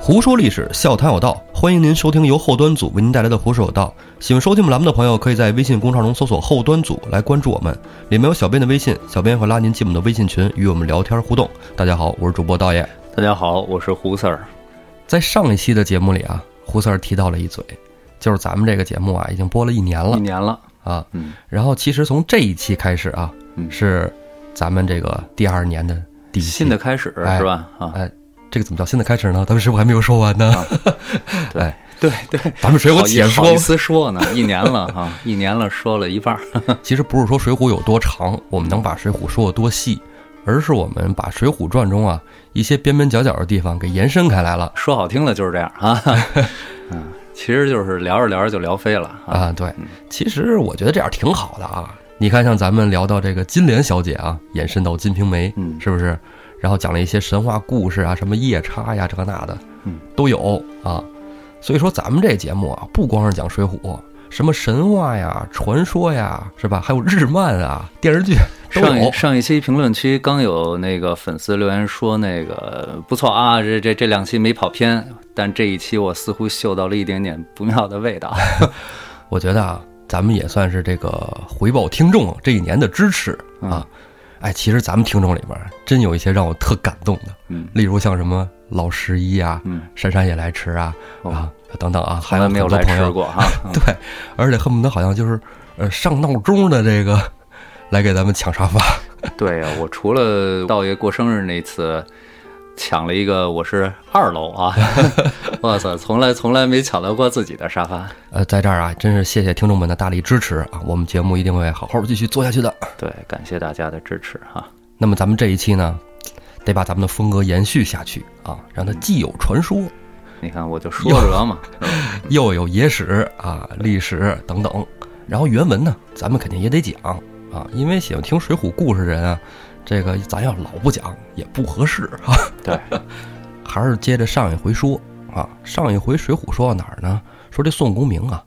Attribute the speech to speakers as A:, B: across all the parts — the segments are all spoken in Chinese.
A: 胡说历史，笑谈有道，欢迎您收听由后端组为您带来的《胡说有道》。喜欢收听我们栏目的朋友，可以在微信公众号中搜索“后端组”来关注我们，里面有小编的微信，小编会拉您进我们的微信群，与我们聊天互动。大家好，我是主播道爷。
B: 大家好，我是胡 Sir。
A: 在上一期的节目里啊，胡 Sir 提到了一嘴，就是咱们这个节目啊，已经播了一年
B: 一
A: 了
B: 年了，
A: 啊。
B: 嗯
A: 然后其实从这一期开始啊，
B: 嗯，
A: 是咱们这个第二年的第一期
B: 新的开始
A: 哎
B: 是吧？啊，
A: 这个怎么叫新的开始呢？咱们是不是还没有说完呢？ 哎
B: 对对，
A: 咱们水浒
B: 好意
A: 且
B: 好
A: 说
B: 意思说呢， 一年了 啊，一年了，说了一半儿，
A: 其实不是说《水浒》有多长，我们能把《水浒》说得多细，而是我们把《水浒传》中啊一些边边角角的地方给延伸开来了
B: 说好听的就是这样 啊。嗯，其实就是聊着聊着就聊飞了啊。
A: 啊。对，其实我觉得这样挺好的啊。你看，像咱们聊到这个金莲小姐啊，延伸到《金瓶梅》，
B: 嗯
A: 是不是？然后讲了一些神话故事啊，什么夜叉呀，这个那的，
B: 嗯，
A: 都有啊。所以说，咱们这节目啊，不光是讲《水浒》，什么神话呀、传说呀，是吧？还有日漫啊、电视剧都
B: 上
A: 有
B: 一。上一期评论区刚有那个粉丝留言说那个不错啊，这这这两期没跑偏，但这一期我似乎嗅到了一点点不妙的味道。
A: 我觉得啊，咱们也算是这个回报听众这一年的支持 啊。哎，其实咱们听众里边儿真有一些让我特感动的，
B: 嗯
A: 例如像什么老十一啊、
B: 嗯，
A: 珊珊也来吃啊、
B: 哦
A: 啊等等啊，还
B: 从来
A: 有
B: 没有
A: 很多
B: 来
A: 朋
B: 吃
A: 友
B: 过哈。嗯
A: 对，而且恨不得好像就是呃上闹钟的这个 来给咱们抢沙发，
B: 对呀、啊我除了道爷过生日那次抢了一个，我是二楼啊， 哇塞，从来从来没抢到过自己的沙发。
A: 呃，在这儿啊，真是谢谢听众们的大力支持啊，我们节目一定会好好继续做下去的。
B: 对，感谢大家的支持哈、
A: 那么咱们这一期呢，得把咱们的风格延续下去啊，让它既有传说，
B: 你看，我就说着嘛，是吧？
A: 又有野史啊、历史等等。然后原文呢，咱们肯定也得讲啊，因为喜欢听《水浒》故事的人啊，这个咱要老不讲也不合适啊。
B: 对，
A: 还是接着上一回说啊，上一回《水浒》说到哪儿呢？说这宋公明啊，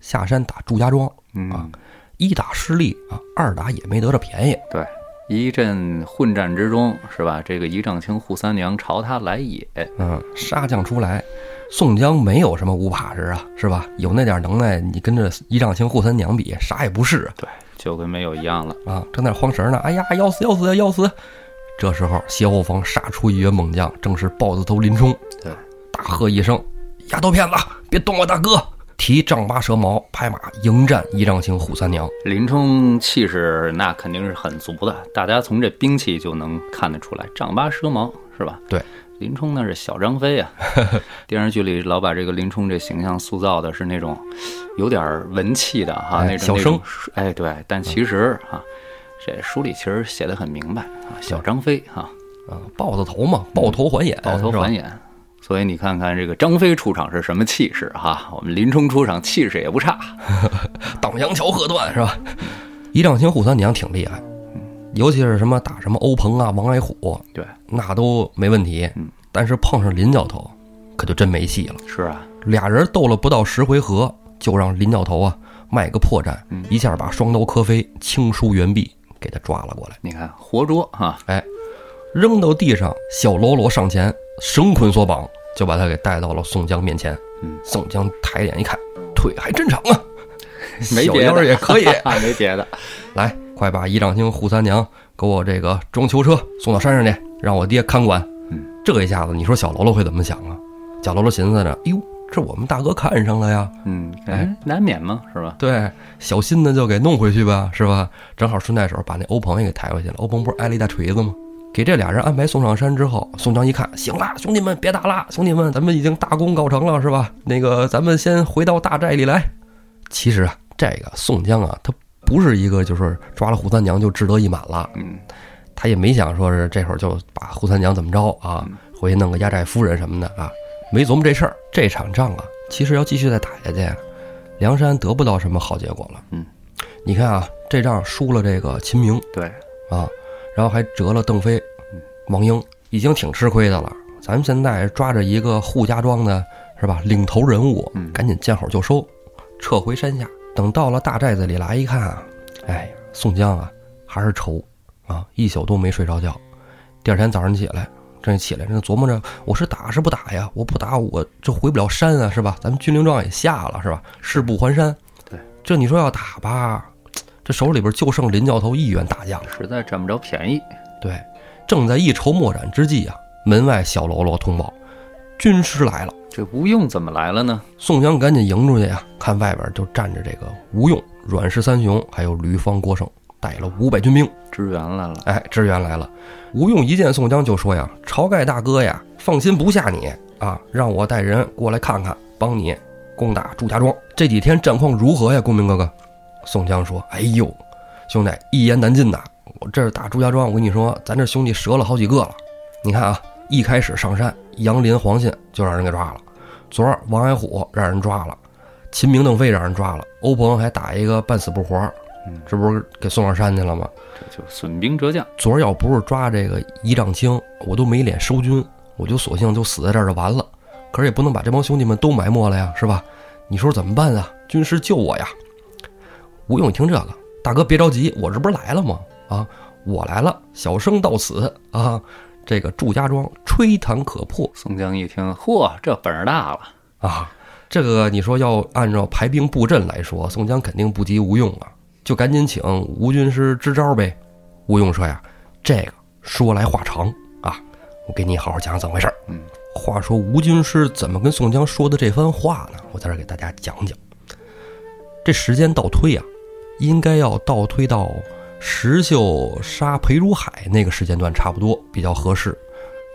A: 下山打祝家庄，
B: 嗯，
A: 一打失利啊，二打也没得着便宜。
B: 对，一阵混战之中，是吧？这个一丈青扈三娘朝他来也，
A: 嗯，杀将出来，宋江没有什么五把式啊，是吧？有那点能耐，你跟这一丈青扈三娘比，啥也不是啊。
B: 对，就跟没有一样了。
A: 啊，正在那慌神儿呢，哎呀，要死要死要死！这时候，斜后方杀出一员猛将，正是豹子头林冲。
B: 对，
A: 大喝一声：“丫头片子，别动我啊大哥！”提丈八蛇矛，拍马迎战一丈青扈三娘。
B: 林冲气势那肯定是很足的，大家从这兵器就能看得出来，丈八蛇矛是吧？
A: 对，
B: 林冲那是小张 飞啊。电视剧里老把这个林冲这形象塑造的是那种有点儿文气的哈，
A: 哎
B: 那
A: 小
B: 种
A: 生嗯
B: 那种哎对，但其实啊，这书里其实写的很明白啊，小张飞啊，
A: 啊，豹子头嘛，抱头还眼，
B: 抱嗯头还
A: 眼。
B: 眼。所以你看看这个张飞出场是什么气势哈、我们林冲出场气势也不差，
A: 挡阳桥喝断是吧？一丈青扈三娘挺厉害，尤其是什么打什么欧鹏啊、王矮虎，
B: 嗯对，
A: 那都没问题
B: 嗯。
A: 但是碰上林教头，可就真没戏了。
B: 是啊，
A: 俩人斗了不到十回合，就让林教头啊卖个破绽，
B: 嗯
A: 一下把双刀磕飞，青书猿臂给他抓了过来，
B: 你看活捉哈、
A: 扔到地上。小喽啰上前绳捆索绑，就把他给带到了宋江面前。
B: 嗯
A: 宋江抬脸一看，腿还真长啊，
B: 没
A: 小
B: 别的
A: 腰也 可以。
B: 啊，没别的，
A: 来，快把一丈青、扈三娘给我这个装囚车送到山上去，让我爹看管。
B: 嗯，
A: 这一下子，你说小喽啰会怎么想啊？小喽啰寻思着，哎呦，这我们大哥看上了呀，
B: 嗯，
A: 哎
B: 哎，难免嘛，是吧？
A: 对，小心的就给弄回去吧，是吧？正好顺带手把那欧鹏也给抬回去了。欧鹏不是挨了一大锤子吗？给这俩人安排送上山之后，宋江一看，行了，兄弟们别打了，兄弟们，咱们已经大功告成了，是吧？那个，咱们先回到大寨里来。其实啊，这个宋江啊，他不是一个就是抓了扈三娘就志得意满了，
B: 嗯，
A: 他也没想说是这会儿就把扈三娘怎么着啊，回去弄个压寨夫人什么的啊，没琢磨这事儿。这场仗啊，其实要继续再打下去啊，梁山得不到什么好结果了。
B: 嗯，
A: 你看啊，这仗输了这个秦明
B: 对，
A: 啊，然后还折了邓飞、
B: 嗯
A: 王英，已经挺吃亏的了。咱们现在抓着一个扈家庄的是吧领头人物，
B: 嗯
A: 赶紧见好就收，撤回山下。等到了大寨子里来一看啊，哎呀，宋江啊还是愁啊，一宿都没睡着觉。第二天早上起来，这正一起来，正琢磨着我是打是不打呀？我不打我这回不了山啊，是吧？咱们军令状也下了，是吧？誓不还山。
B: 对，
A: 这你说要打吧，这手里边就剩林教头一员大将了。
B: 实在占不着便宜。
A: 对，正在一筹莫展之际啊，门外小喽啰通报，军师来了。
B: 这吴用怎么来了呢？
A: 宋江赶紧迎出去呀、看外边就站着这个吴用、阮氏三雄，还有吕方、郭盛，带了五百军兵，
B: 支援来了，
A: 哎，支援来了。吴用一见宋江就说呀：“晁盖大哥呀，放心不下你啊，让我带人过来看看，帮你攻打祝家庄。这几天战况如何呀，公明哥哥？”宋江说：“哎呦，兄弟，一言难尽呐！我这儿打祝家庄，我跟你说，咱这兄弟折了好几个了。你看啊，一开始上山，杨林、黄信就让人给抓了；昨儿王矮虎让人抓了，秦明、邓飞让人抓了，欧鹏还打一个半死不活儿
B: 嗯，
A: 这不是给送上山去了吗？
B: 这就损兵折将。
A: 昨儿要不是抓这个一丈青，我都没脸收军，我就索性就死在这儿就完了。可是也不能把这帮兄弟们都埋没了呀，是吧？你说怎么办啊？军师救我呀！吴用一听这个，大哥别着急，我这不是来了吗？啊，我来了，小生到此啊。这个祝家庄吹弹可破
B: 宋江一听，嚯，这本事大了，
A: 啊！这个你说要按照排兵布阵来说，宋江肯定不及吴用啊，就赶紧请吴军师支招呗。吴用说呀：“这个说来话长啊，我给你好好讲讲怎么回事儿。”
B: 嗯，
A: 话说吴军师怎么跟宋江说的这番话呢？我在这儿给大家讲讲。这时间倒推啊，应该要倒推到石秀杀裴如海那个时间段差不多比较合适。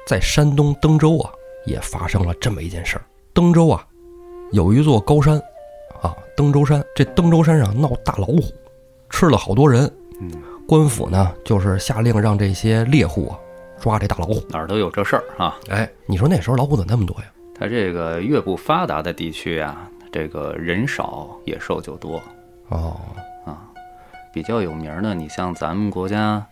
A: 在山东登州啊，也发生了这么一件事儿。登州啊，有一座高山，啊，登州山。这登州山上闹大老虎，吃了好多人。
B: 嗯，
A: 官府呢，就是下令让这些猎户啊抓这大老虎。
B: 哪儿都有这事儿啊。
A: 哎，你说那时候老虎怎么那么多呀？
B: 他这个越不发达的地区啊，这个人少野兽就多。
A: 哦，
B: 比较有名儿的，你像咱们国家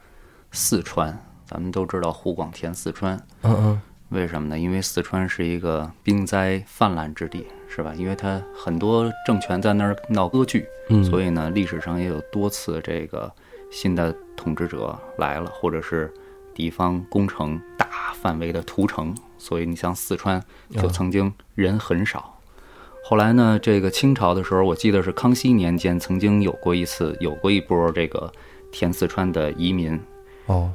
B: 四川，咱们都知道湖广填四川，
A: 嗯嗯，
B: 为什么呢？因为四川是一个兵灾泛滥之地，是吧？因为它很多政权在那儿闹割据，
A: 嗯
B: 所以呢，历史上也有多次这个新的统治者来了，或者是敌方攻城大范围的屠城，所以你像四川就曾经人很少。后来呢，这个清朝的时候，我记得是康熙年间曾经有过一次，有过一波这个填四川的移民，
A: 哦，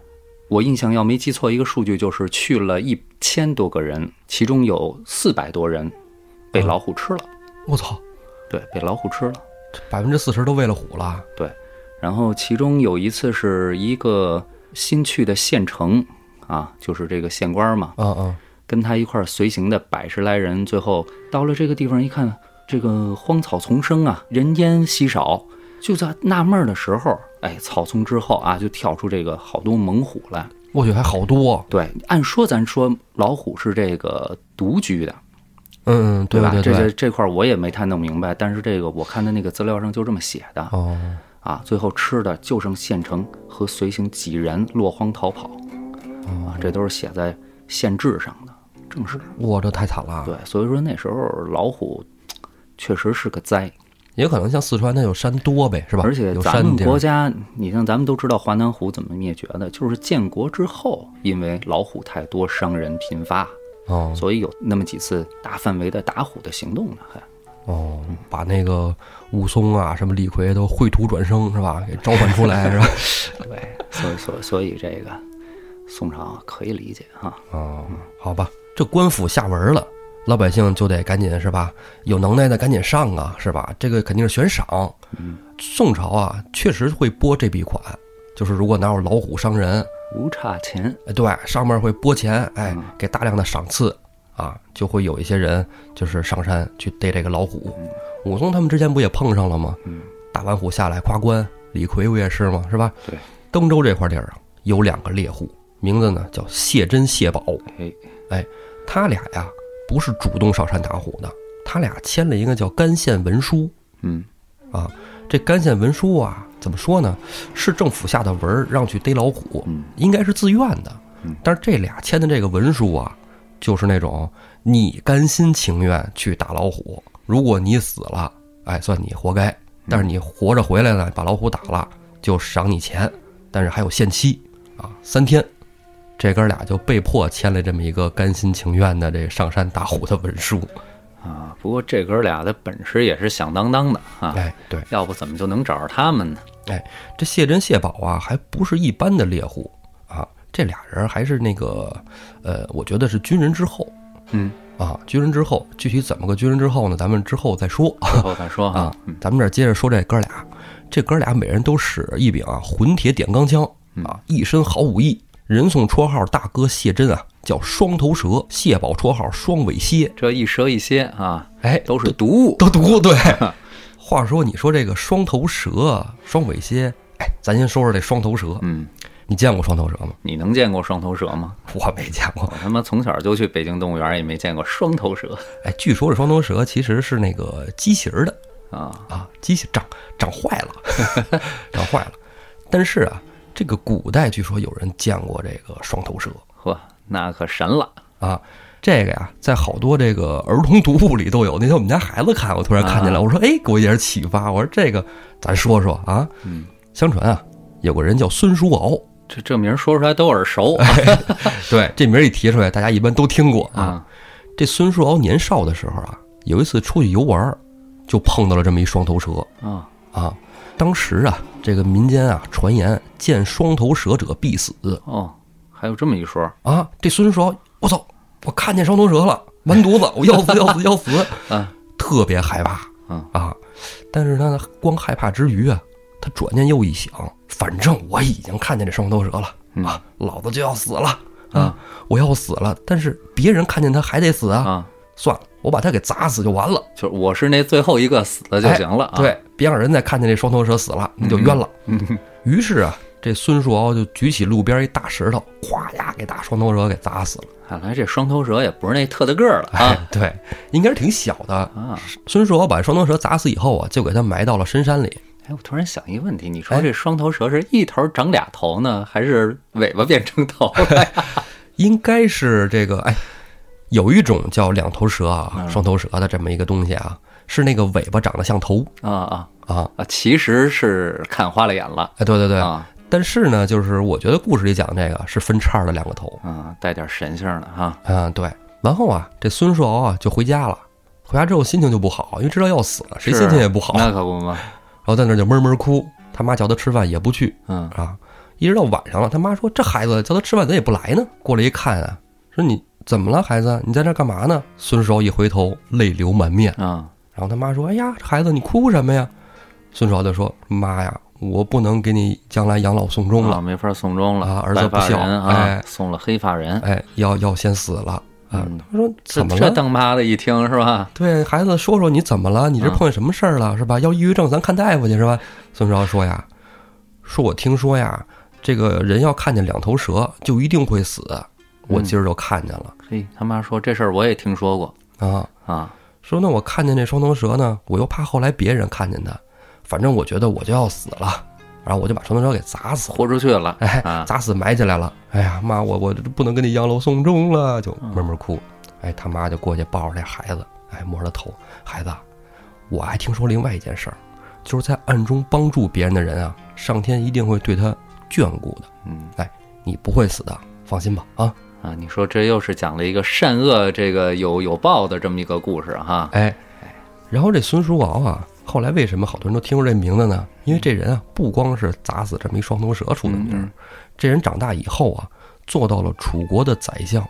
B: 我印象要没记错，一个数据就是去了一千多个人，其中有四百多人被老虎吃了。
A: 我操，
B: 对，被老虎吃了。
A: 百分之四十都喂了虎了。
B: 然后其中有一次是一个新去的县城啊，就是这个县官嘛，
A: 嗯嗯，
B: 跟他一块儿随行的百十来人，最后到了这个地方一看，这个荒草丛生啊，人烟稀少。就在纳闷儿的时候，哎，草丛之后啊，就跳出这个好多猛虎来。
A: 我去，还好多。
B: 对，按说咱说老虎是这个独居的，
A: 嗯嗯，对
B: 吧？
A: 对
B: 这这这块儿我也没太弄明白，但是这个我看的那个资料上就这么写的
A: 哦，
B: 啊。最后吃的就剩县城和随行几人落荒逃跑，
A: 哦
B: 啊，这都是写在县志上的正史。
A: 我这太惨了。
B: 对，所以说那时候老虎嘖确实是个灾，
A: 也可能像四川，它有山多呗，是吧？
B: 而且
A: 有
B: 咱
A: 山
B: 们
A: 地儿
B: 国家，你像咱们都知道华南虎怎么灭绝的，就是建国之后，因为老虎太多，伤人频发。
A: 哦
B: 所以有那么几次大范围的打虎的行动呢，还
A: 哦，把那个武松啊，什么李逵都绘图转生是吧？给召唤出来是吧？
B: 对，所以所以所以这个宋朝可以理解哈，
A: 哦，好吧，这官府下文了，老百姓就得赶紧是吧？有能耐的赶紧上啊，是吧？这个肯定是悬赏。宋朝啊，确实会拨这笔款，就是如果哪有老虎伤人，
B: 无差钱，
A: 哎，对，上面会拨钱，哎
B: 嗯，
A: 给大量的赏赐啊，就会有一些人就是上山去逮这个老虎。武松他们之前不也碰上了吗？
B: 嗯，
A: 打完虎下来夸官，李逵不也是吗？是吧？
B: 对，
A: 登州这块地儿啊，有两个猎户，名字呢叫谢珍、谢宝，
B: 哎，
A: 他俩呀不是主动上山打虎的，他俩签了一个叫干县文书，
B: 嗯，
A: 啊，这干县文书啊，怎么说呢？是政府下的文儿，让去逮老虎，
B: 嗯
A: 应该是自愿的
B: 嗯。
A: 但是这俩签的这个文书啊，就是那种你甘心情愿去打老虎，如果你死了，哎，算你活
B: 嗯
A: 该；但是你活着回来了，把老虎打了，就赏你钱，但是还有限期啊，三天。这哥俩就被迫签了这么一个甘心情愿的这上山打虎的文书。
B: 啊。不过这哥俩的本事也是响当当的啊，
A: 哎，对，
B: 要不怎么就能找着他们呢？
A: 哎这谢珍、谢宝啊，还不是一般的猎户啊，这俩人还是那个，呃，我觉得是军人之后
B: 嗯，
A: 啊，军人之后，具体怎么个军人之后呢？咱们之后再说。
B: 最后再说哈
A: 啊，
B: 嗯
A: 咱们这儿接着说这哥俩，这哥俩每人都使一柄啊混铁点钢枪
B: 嗯
A: 啊，一身好武艺，人送绰号“大哥”谢珍啊，叫双头蛇；谢宝绰号“双尾蝎
B: 这一蛇一蝎啊，”，
A: 哎，
B: 都是毒物。
A: 都毒。 对，话说你说这个双头蛇啊、双尾蝎，哎，咱先说说这双头蛇，
B: 嗯，
A: 你见过双头蛇吗？
B: 你能见过双头蛇吗？
A: 我没见过。
B: 我他妈从小就去北京动物园，也没见过双头蛇
A: 哎，据说这双头蛇其实是那个畸形儿的，
B: 啊。
A: 啊，机器长长坏了， 长坏了。但是啊，这个古代据说有人见过这个双头蛇
B: 嚯，那可神了！
A: 啊，这个呀，在好多这个儿童读物里都有。那天我们家孩子看，我突然看见了，我说：“哎，给我一点启发。”我说：“这个咱说说啊。”
B: 嗯，
A: 相传啊，有个人叫孙叔敖，
B: 这这名儿说出来都耳熟
A: 哎对这名儿一提出来，大家一般都听过啊。
B: 啊。
A: 这孙叔敖年少的时候啊，有一次出去游玩儿，就碰到了这么一双头蛇。
B: 啊，
A: 啊，当时啊，这个民间啊传言见双头蛇者必死
B: 哦，还有这么一说
A: 啊。这孙叔敖，我操，我看见双头蛇了，完犊子，我要死要死要死，
B: 啊
A: 特别害怕
B: 啊
A: 啊。但是他光害怕之余啊，他转念又一想，反正我已经看见这双头蛇了
B: 嗯
A: 啊，老子就要死了
B: 啊，
A: 我要死了。但是别人看见他还得死啊，
B: 啊！
A: 算了，我把他给砸死就完了。哎
B: 就是我是那最后一个死的就行了啊。，嗯
A: 对，别让人再看见这双头蛇死了，你就冤了。于是啊，这孙树敖就举起路边一大石头，咵呀给大双头蛇给砸死了。
B: 看来这双头蛇也不是那特大个儿了啊
A: 哎， 对，应该是挺小的。
B: 啊！
A: 孙树敖把双头蛇砸死以后啊，就给它埋到了深山里。
B: 哎，我突然想一问题，你说这双头蛇是一头长俩头呢，还是尾巴变成头 了呀？
A: 应该是这个，哎，有一种叫两头蛇
B: 嗯
A: 啊，双头蛇的这么一个东西啊，是那个尾巴长得像头
B: 啊啊
A: 啊。
B: 啊！其实是看花了眼了
A: 哎，对对对，
B: 啊
A: 但是呢，就是我觉得故事里讲这个是分叉的两个头。
B: 啊，带点神性了哈。
A: 嗯，对。然后啊，这孙树敖啊就回家了，回家之后心情就不好，因为知道要死了，谁
B: 是
A: 心情也不好。
B: 那可不嘛。
A: 然后在那儿就闷闷哭，他妈叫他吃饭也不去
B: 嗯
A: 啊，一直到晚上了，他妈说这孩子叫他吃饭怎么也不啊来呢？过来一看啊，说你怎么了，孩子？你在这儿干嘛呢？孙树敖一回头，泪流满面。
B: 啊
A: 然后他妈说：“哎呀，孩子，你哭什么呀？”孙树敖就说：“妈呀，我不能给你将来养老送终了，
B: 啊，没法送终了，
A: 啊儿子不
B: 白发
A: 孝
B: 人
A: 哎
B: 啊，送了黑发人。
A: 哎，要要先死了啊。
B: 嗯”
A: 他说：“
B: 这
A: 怎么
B: 这
A: 了？”
B: 当妈的一听是吧？
A: 对孩子说说你怎么了？你这碰见什么事儿了、是吧？要抑郁症咱看大夫去是吧？孙昭说呀，说我听说呀，这个人要看见两头蛇就一定会死，我今儿就看见了、
B: 嘿，他妈说这事儿我也听说过
A: 啊。
B: 啊。
A: 说那我看见这双头蛇呢，我又怕后来别人看见它，反正我觉得我就要死了，然后我就把双头蛇给砸死了。
B: 豁出去了
A: 哎
B: 啊！
A: 砸死埋起来了。哎呀妈，我我不能给你养老送终了，就闷闷哭。哎，他妈就过去抱着这孩子，哎，摸着头，孩子啊，我还听说另外一件事儿，就是在暗中帮助别人的人啊，上天一定会对他眷顾的。
B: 嗯
A: 哎，你不会死的，放心吧啊！
B: 啊，你说这又是讲了一个善恶这个有有报的这么一个故事哈。
A: 哎，然后这孙叔敖啊，后来为什么好多人都听过这名字呢？因为这人啊，不光是砸死这么一双头蛇出的名儿，
B: 嗯
A: 这人长大以后啊，做到了楚国的宰相，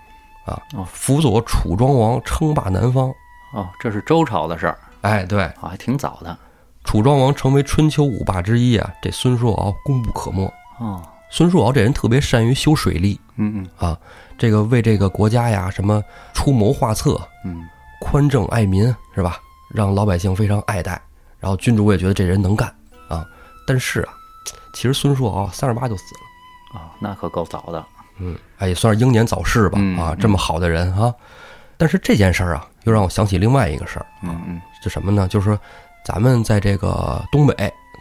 A: 啊
B: 哦，
A: 辅佐楚庄王称霸南方。
B: 哦，这是周朝的事儿
A: 哎，对，
B: 啊，还挺早的
A: 楚庄王成为春秋五霸之一啊，这孙叔敖功不可没。
B: 哦。
A: 孙叔敖这人特别善于修水利
B: 嗯嗯
A: 啊，这个为这个国家呀什么出谋划策，
B: 嗯，
A: 宽政爱民是吧？让老百姓非常爱戴。然后君主也觉得这人能干啊，但是啊，其实孙叔敖三十八就死了，
B: 哦，那可够早的。
A: 嗯，哎，也算是英年早逝吧
B: 嗯
A: 啊，
B: 嗯
A: 这么好的人啊。但是这件事儿啊，又让我想起另外一个事儿，
B: 嗯嗯
A: 是什么呢？就是说咱们在这个东北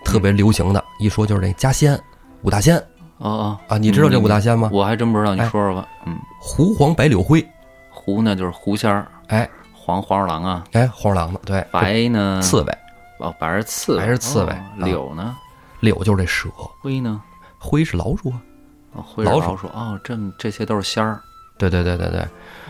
A: 特
B: 嗯
A: 别流行的，一说就是那家仙、五大仙
B: 哦哦，
A: 啊，你知道这五大仙吗？
B: 我还真不知道，你说说吧。嗯，
A: 狐、黄、白、柳、灰，
B: 狐呢就是狐仙儿，
A: 哎
B: 黄黄鼠狼啊。
A: 哎，黄鼠狼的，对，
B: 白呢？
A: 刺猬，
B: 哦，白是刺猬，
A: 白是刺猬
B: 哦
A: 啊
B: 柳呢？
A: 柳就是这蛇，
B: 灰呢？
A: 灰是老鼠啊，
B: 哦灰耳
A: 老鼠
B: 老鼠哦，这么这些都是仙儿。
A: 对对对对对，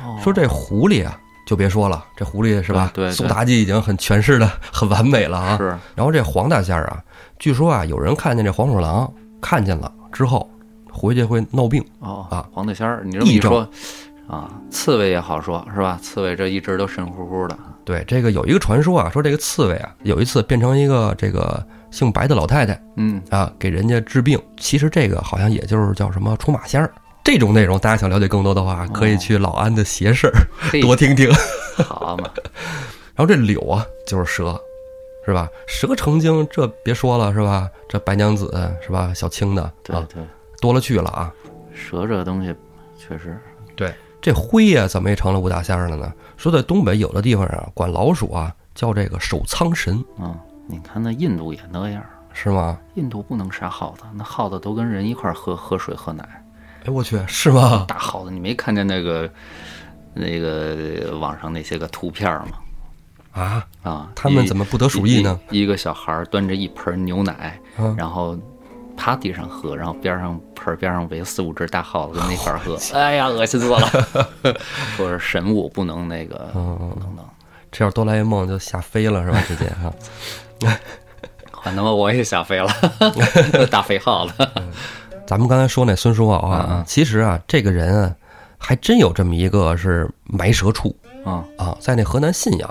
B: 哦
A: 说这狐狸啊，就别说了，这狐狸是吧？
B: 啊对对对
A: 苏妲己已经很诠释的很完美了啊。
B: 是
A: 然后这黄大仙儿啊，据说啊，有人看见这黄鼠狼，看见了之后回去会闹病。
B: 哦
A: 啊
B: 黄大仙儿，你这么一
A: 癔症
B: 说，啊，刺猬也好说是吧？刺猬这一直都神乎乎的，
A: 对，这个有一个传说啊，说这个刺猬啊，有一次变成一个这个姓白的老太太
B: 嗯，
A: 啊，给人家治病。其实这个好像也就是叫什么出马仙儿。这种内容，大家想了解更多的话，可以去老安的邪事儿
B: 嘿，
A: 多听 听。
B: 好嘛，
A: 然后这柳啊，就是蛇，是吧？蛇成精，这别说了，是吧？这白娘子是吧？小青的
B: 对
A: 啊，
B: 对，
A: 多了去了啊。
B: 蛇这个东西确实，
A: 这灰呀、怎么也成了武大仙儿了呢？说在东北有的地方啊，管老鼠啊叫这个守仓神，
B: 嗯，你看那印度也那样，
A: 是吗？
B: 印度不能杀耗子，那耗子都跟人一块儿喝喝水喝奶，
A: 哎，我去，是吗？
B: 大耗子，你没看见那个那个网上那些个图片吗？
A: 啊，
B: 啊，
A: 他们怎
B: 么
A: 么不得鼠疫呢？？
B: 一一个小孩儿端着一盆牛奶，
A: 嗯
B: 然后趴地上喝，然后边上盆儿边上围四五只大耗子跟那块儿
A: 哦
B: 喝，哎呀，恶心 死我了！说是神物不能那个，
A: 哦
B: 不能弄。
A: 嗯这要是哆啦 A 梦就吓飞了是吧？直接哈，
B: 反正我也吓飞了， 大肥耗子。
A: 咱们刚才说那孙叔敖啊，其实啊，这个人啊，还真有这么一个是埋蛇处
B: 嗯，
A: 啊，在那河南信阳，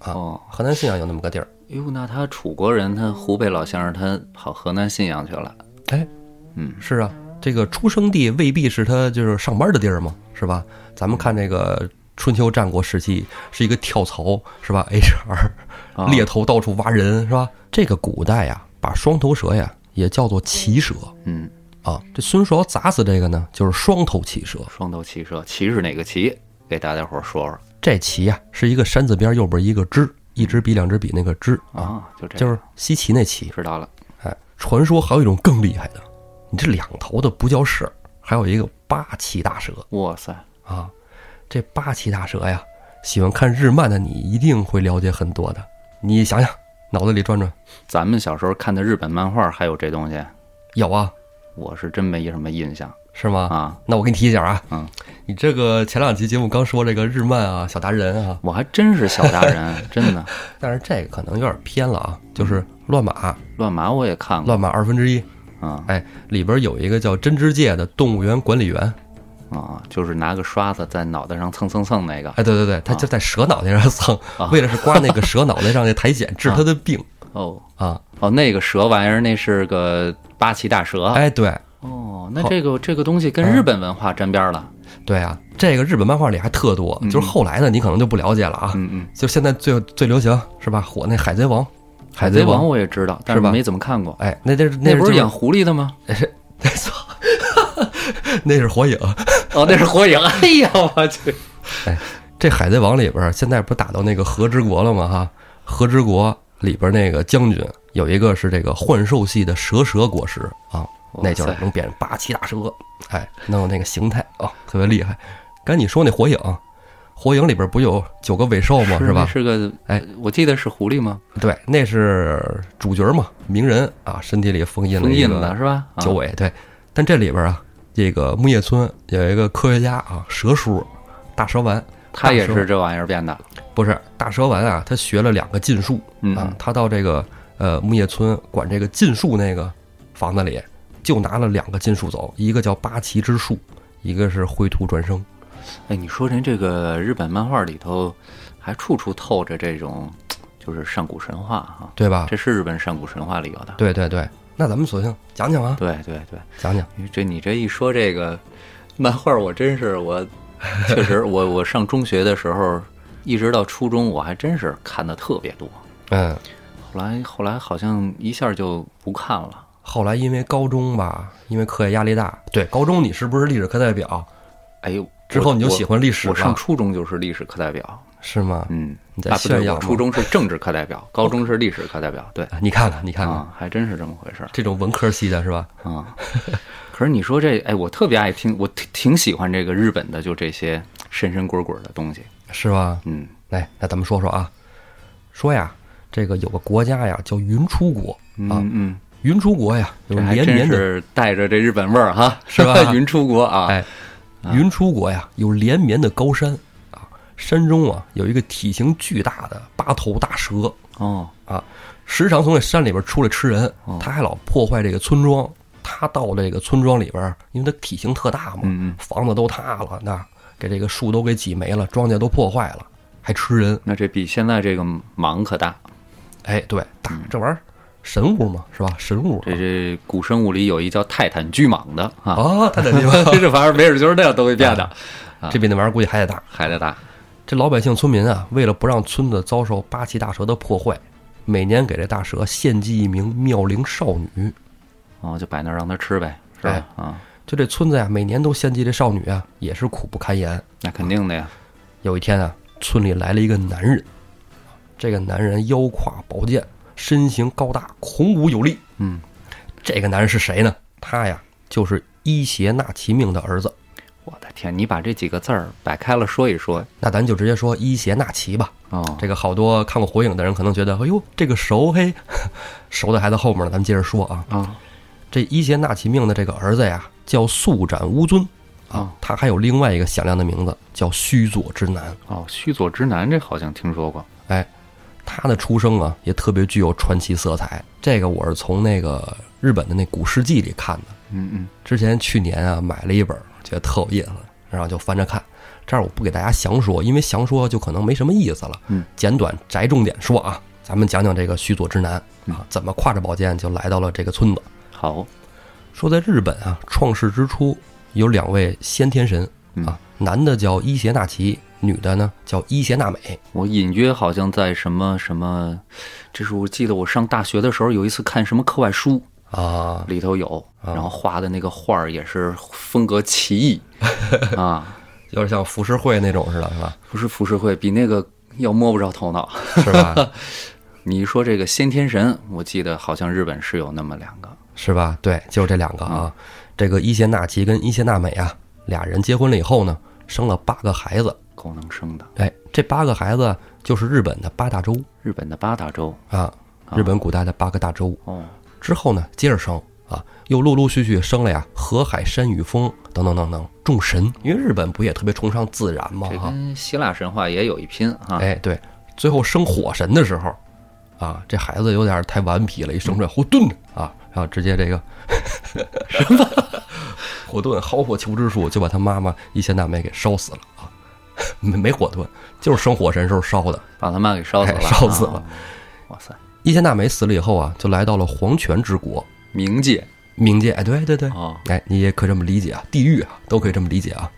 A: 啊
B: 哦，
A: 河南信阳有那么个地儿。
B: 哟，那他楚国人，他湖北老乡，他跑河南信阳去了。
A: 哎，
B: 嗯，
A: 是啊，这个出生地未必是他就是上班的地儿嘛，是吧？咱们看这个春秋战国时期是一个跳槽，是吧
B: 啊
A: ？HR 猎头到处挖人，是吧？这个古代呀，把双头蛇呀也叫做骑蛇
B: 嗯，
A: 啊。这孙叔敖砸死这个呢，就是双头骑蛇。
B: 双头骑射，骑是哪个骑？给大家伙儿说说
A: 这骑呀是一个山字边右边一个支，一支比两支比那个支啊，
B: 啊，就这
A: 就
B: 样，
A: 是西岐那骑。
B: 知道了。
A: 哎，传说还有一种更厉害的，你这两头的不叫事儿，还有一个八岐大蛇。
B: 哇塞，
A: 啊，这八岐大蛇呀，喜欢看日漫的你一定会了解很多的。你想想，脑子里转转，
B: 咱们小时候看的日本漫画还有这东西，
A: 有啊，
B: 我是真没什么印象
A: 是吗？
B: 啊。
A: 那我给你提一下啊，
B: 嗯，
A: 你这个前两期节目刚说这个日漫啊，小达人啊，
B: 我还真是小达 人，真的。
A: 但是这个可能有点偏了啊，就是乱马，
B: 乱麻我也看过
A: 乱马二分之一，
B: 啊
A: 哎，里边有一个叫针织界的动物园管理员，
B: 啊，就是拿个刷子在脑袋上蹭蹭蹭那个。
A: 哎，对对对，他就在蛇脑袋上蹭，
B: 啊
A: 为了是刮那个蛇脑袋上的苔 藓，治他的病
B: 哦
A: 啊，
B: 哦，那个蛇玩意儿，那是个八岐大蛇。
A: 哎，对，
B: 哦，那这个这个东西跟日本文化沾边儿了。
A: 对啊，这个日本漫画里还特多，就是后来的你可能就不了解了啊。
B: 嗯嗯，
A: 就现在最最流行是吧？火那海贼王，海
B: 海贼王，我也知道，但是
A: 是吧
B: 没怎么看过。
A: 哎，那那是
B: 那
A: 是
B: 不
A: 就是
B: 养狐狸的吗？
A: 那是火影。
B: 哦，那是火 影。哎呀，我去！
A: 这海贼王里边儿现在不是打到那个和之国了吗？哈，和之国里边那个将军有一个是这个幻兽系的蛇蛇果实啊，
B: 哇塞
A: 那就是能变成八岐大蛇，哎，能有那个形态啊，特别厉害。刚才你说那火影，火影里边不有九个尾兽吗？
B: 是
A: 是吧
B: 那？是个
A: 哎，
B: 我记得是狐狸吗？
A: 对，那是主角嘛，鸣人啊，身体里封印了
B: 封
A: 一
B: 印
A: 个
B: 的是吧？啊
A: 九尾。对，但这里边啊，这个木叶村有一个科学家啊，蛇叔，大蛇丸，
B: 他也
A: 大蛇
B: 是这玩意儿变的。
A: 不是大蛇丸啊，他学了两个禁术
B: 嗯
A: 啊，他到这个呃木叶村管这个禁术那个房子里，就拿了两个禁术走，一个叫八岐之术，一个是秽土转生。
B: 哎，你说人这个日本漫画里头，还处处透着这种，就是上古神话啊，
A: 对吧？
B: 这是日本上古神话里有的。
A: 对对对，那咱们索性讲讲啊，
B: 对对对
A: 讲讲
B: 这你这一说这个漫画，我真是我，确实我我上中学的时候，一直到初中，我还真是看的特别多。
A: 嗯。
B: 后来后来好像一下就不看了。
A: 后来因为高中吧，因为课业压力大，对高中你是不是历史课代表？
B: 哎呦，
A: 之后你就喜欢历史
B: 我我上
A: 了，
B: 初中就是历史课代表，
A: 是吗？
B: 嗯，
A: 你在
B: 啊不对
A: 炫耀
B: 我
A: 吗
B: 初中是政治课代表，高中是历史课代表，对
A: 啊你看看，你看看，
B: 啊，还真是这么回事儿。
A: 这种文科系的是吧？
B: 啊、 可是你说这，哎，我特别爱听，我挺挺喜欢这个日本的，就这些神神鬼鬼的东西。
A: 是吧？
B: 嗯，
A: 来，那咱们说说啊，说呀，这个有个国家呀叫云出国
B: 嗯
A: 啊，
B: 嗯，
A: 云出国呀，就
B: 这
A: 是
B: 还
A: 黏
B: 真
A: 黏的，
B: 是带着这日本味儿哈，
A: 是吧
B: 云出国啊，
A: 哎，云出国呀，有连绵的高山啊，山中啊有一个体型巨大的八头大蛇，
B: 哦，
A: 时常从这山里边出来吃人
B: 哦，
A: 他还老破坏这个村庄。他到这个村庄里边，因为他体型特大嘛，
B: 嗯嗯，
A: 房子都塌了，那给这个树都给挤没了，庄稼都破坏了，还吃人。
B: 那这比现在这个忙可大。
A: 哎，对，大这玩意儿神物嘛，是吧？神物
B: 这这古生物里有一叫泰坦巨蟒的啊，
A: 啊，他这地方
B: 这玩意儿没准就是那样都会变
A: 哎
B: 的，
A: 这比那玩意儿估计还得大。
B: 还得大。
A: 这老百姓村民啊，为了不让村子遭受八岐大蛇的破坏，每年给这大蛇献祭一名妙龄少女。
B: 哦，就摆那儿让它吃呗，是吧？
A: 哎
B: 啊，
A: 就这村子呀、每年都献祭这少女啊，也是苦不堪言。
B: 那肯定的呀。
A: 有一天啊，村里来了一个男人，这个男人腰挎宝剑，身形高大，孔武有力。
B: 嗯，
A: 这个男人是谁呢？他呀，就是伊邪那岐命的儿子。
B: 我的天，你把这几个字儿摆开了说一说
A: 那咱就直接说伊邪那岐吧。
B: 哦。
A: 这个好多看过《火影》的人可能觉得，哎呦，这个熟嘿， 熟的还在后面呢。咱们接着说啊，
B: 啊
A: 这伊邪那岐命的这个儿子呀，叫速斩乌尊
B: 哦
A: 啊，他还有另外一个响亮的名字叫须佐之男。
B: 哦，须佐之男这好像听说过
A: 哎，他的出生啊也特别具有传奇色彩。这个我是从那个日本的那古世纪里看的。
B: 嗯嗯，
A: 之前去年啊买了一本，觉得特有意思，然后就翻着看。这儿我不给大家详说，因为详说就可能没什么意思了。
B: 嗯，
A: 简短摘重点说啊，咱们讲讲这个须佐之男
B: 嗯
A: 啊，怎么挎着宝剑就来到了这个村子。
B: 好，
A: 说在日本啊，创世之初有两位先天神
B: 嗯
A: 啊，男的叫伊邪那岐，女的呢叫伊邪那美。
B: 我隐约好像在什么什么，这是我记得我上大学的时候有一次看什么课外书，
A: 啊，
B: 里头有，
A: 啊
B: 然后画的那个画儿也是风格奇 异啊，
A: 有点像浮世绘那种似的，是吧？
B: 不是浮世绘，比那个要摸不着头脑。
A: 是吧？
B: 你一说这个先天神，我记得好像日本是有那么两个，
A: 是吧？对，就是这两个啊。这个伊邪那岐跟伊邪那美啊，俩人结婚了以后呢，生了八个孩子。
B: 够能生的。
A: 哎，这八个孩子就是日本的八大洲
B: 日本的八大洲
A: 啊，日本古代的八个大洲。
B: 哦，
A: 之后呢，接着生啊，又陆陆续续生了呀，河海、山与风等等等等众神，因为日本不也特别崇尚自然吗？
B: 这
A: 哈、
B: 跟希腊神话也有一拼
A: 啊
B: 啊。
A: 哎，对，最后生火神的时候，啊，这孩子有点太顽皮了，一生出来
B: 嗯
A: 火遁啊，然后直接这 个什么火遁薅火求之术，就把他妈妈伊邪那美给烧死了啊， 没没火遁，就是生火神时候烧的。
B: 把他妈给烧死了，
A: 哎烧死了
B: 啊。哇塞，
A: 伊邪那美死了以后啊，就来到了黄泉之国，
B: 冥界
A: 冥界。哎，对对对，
B: 哦，
A: 哎，你也可这么理解啊，地狱啊，都可以这么理解啊。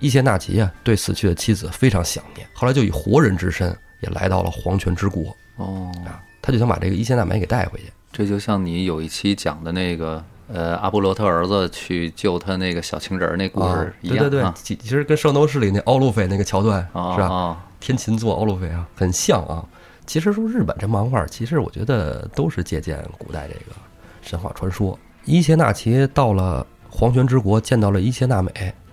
A: 伊邪那岐啊，对死去的妻子非常想念，后来就以活人之身也来到了黄泉之国。
B: 哦，
A: 啊，他就想把这个伊邪那美给带回去。
B: 这就像你有一期讲的那个，呃，阿波罗他儿子去救他那个小情人儿那故
A: 啊
B: 事，一
A: 对
B: 样
A: 对对
B: 啊，，
A: 其其实跟《圣斗士》里那奥路菲那个桥段
B: 哦
A: 是啊吧？
B: 哦
A: 天琴座奥路菲啊，很像啊。其实说日本这漫画，其实我觉得都是借鉴古代这个神话传说。伊邪那岐到了黄泉之国，见到了伊邪那美，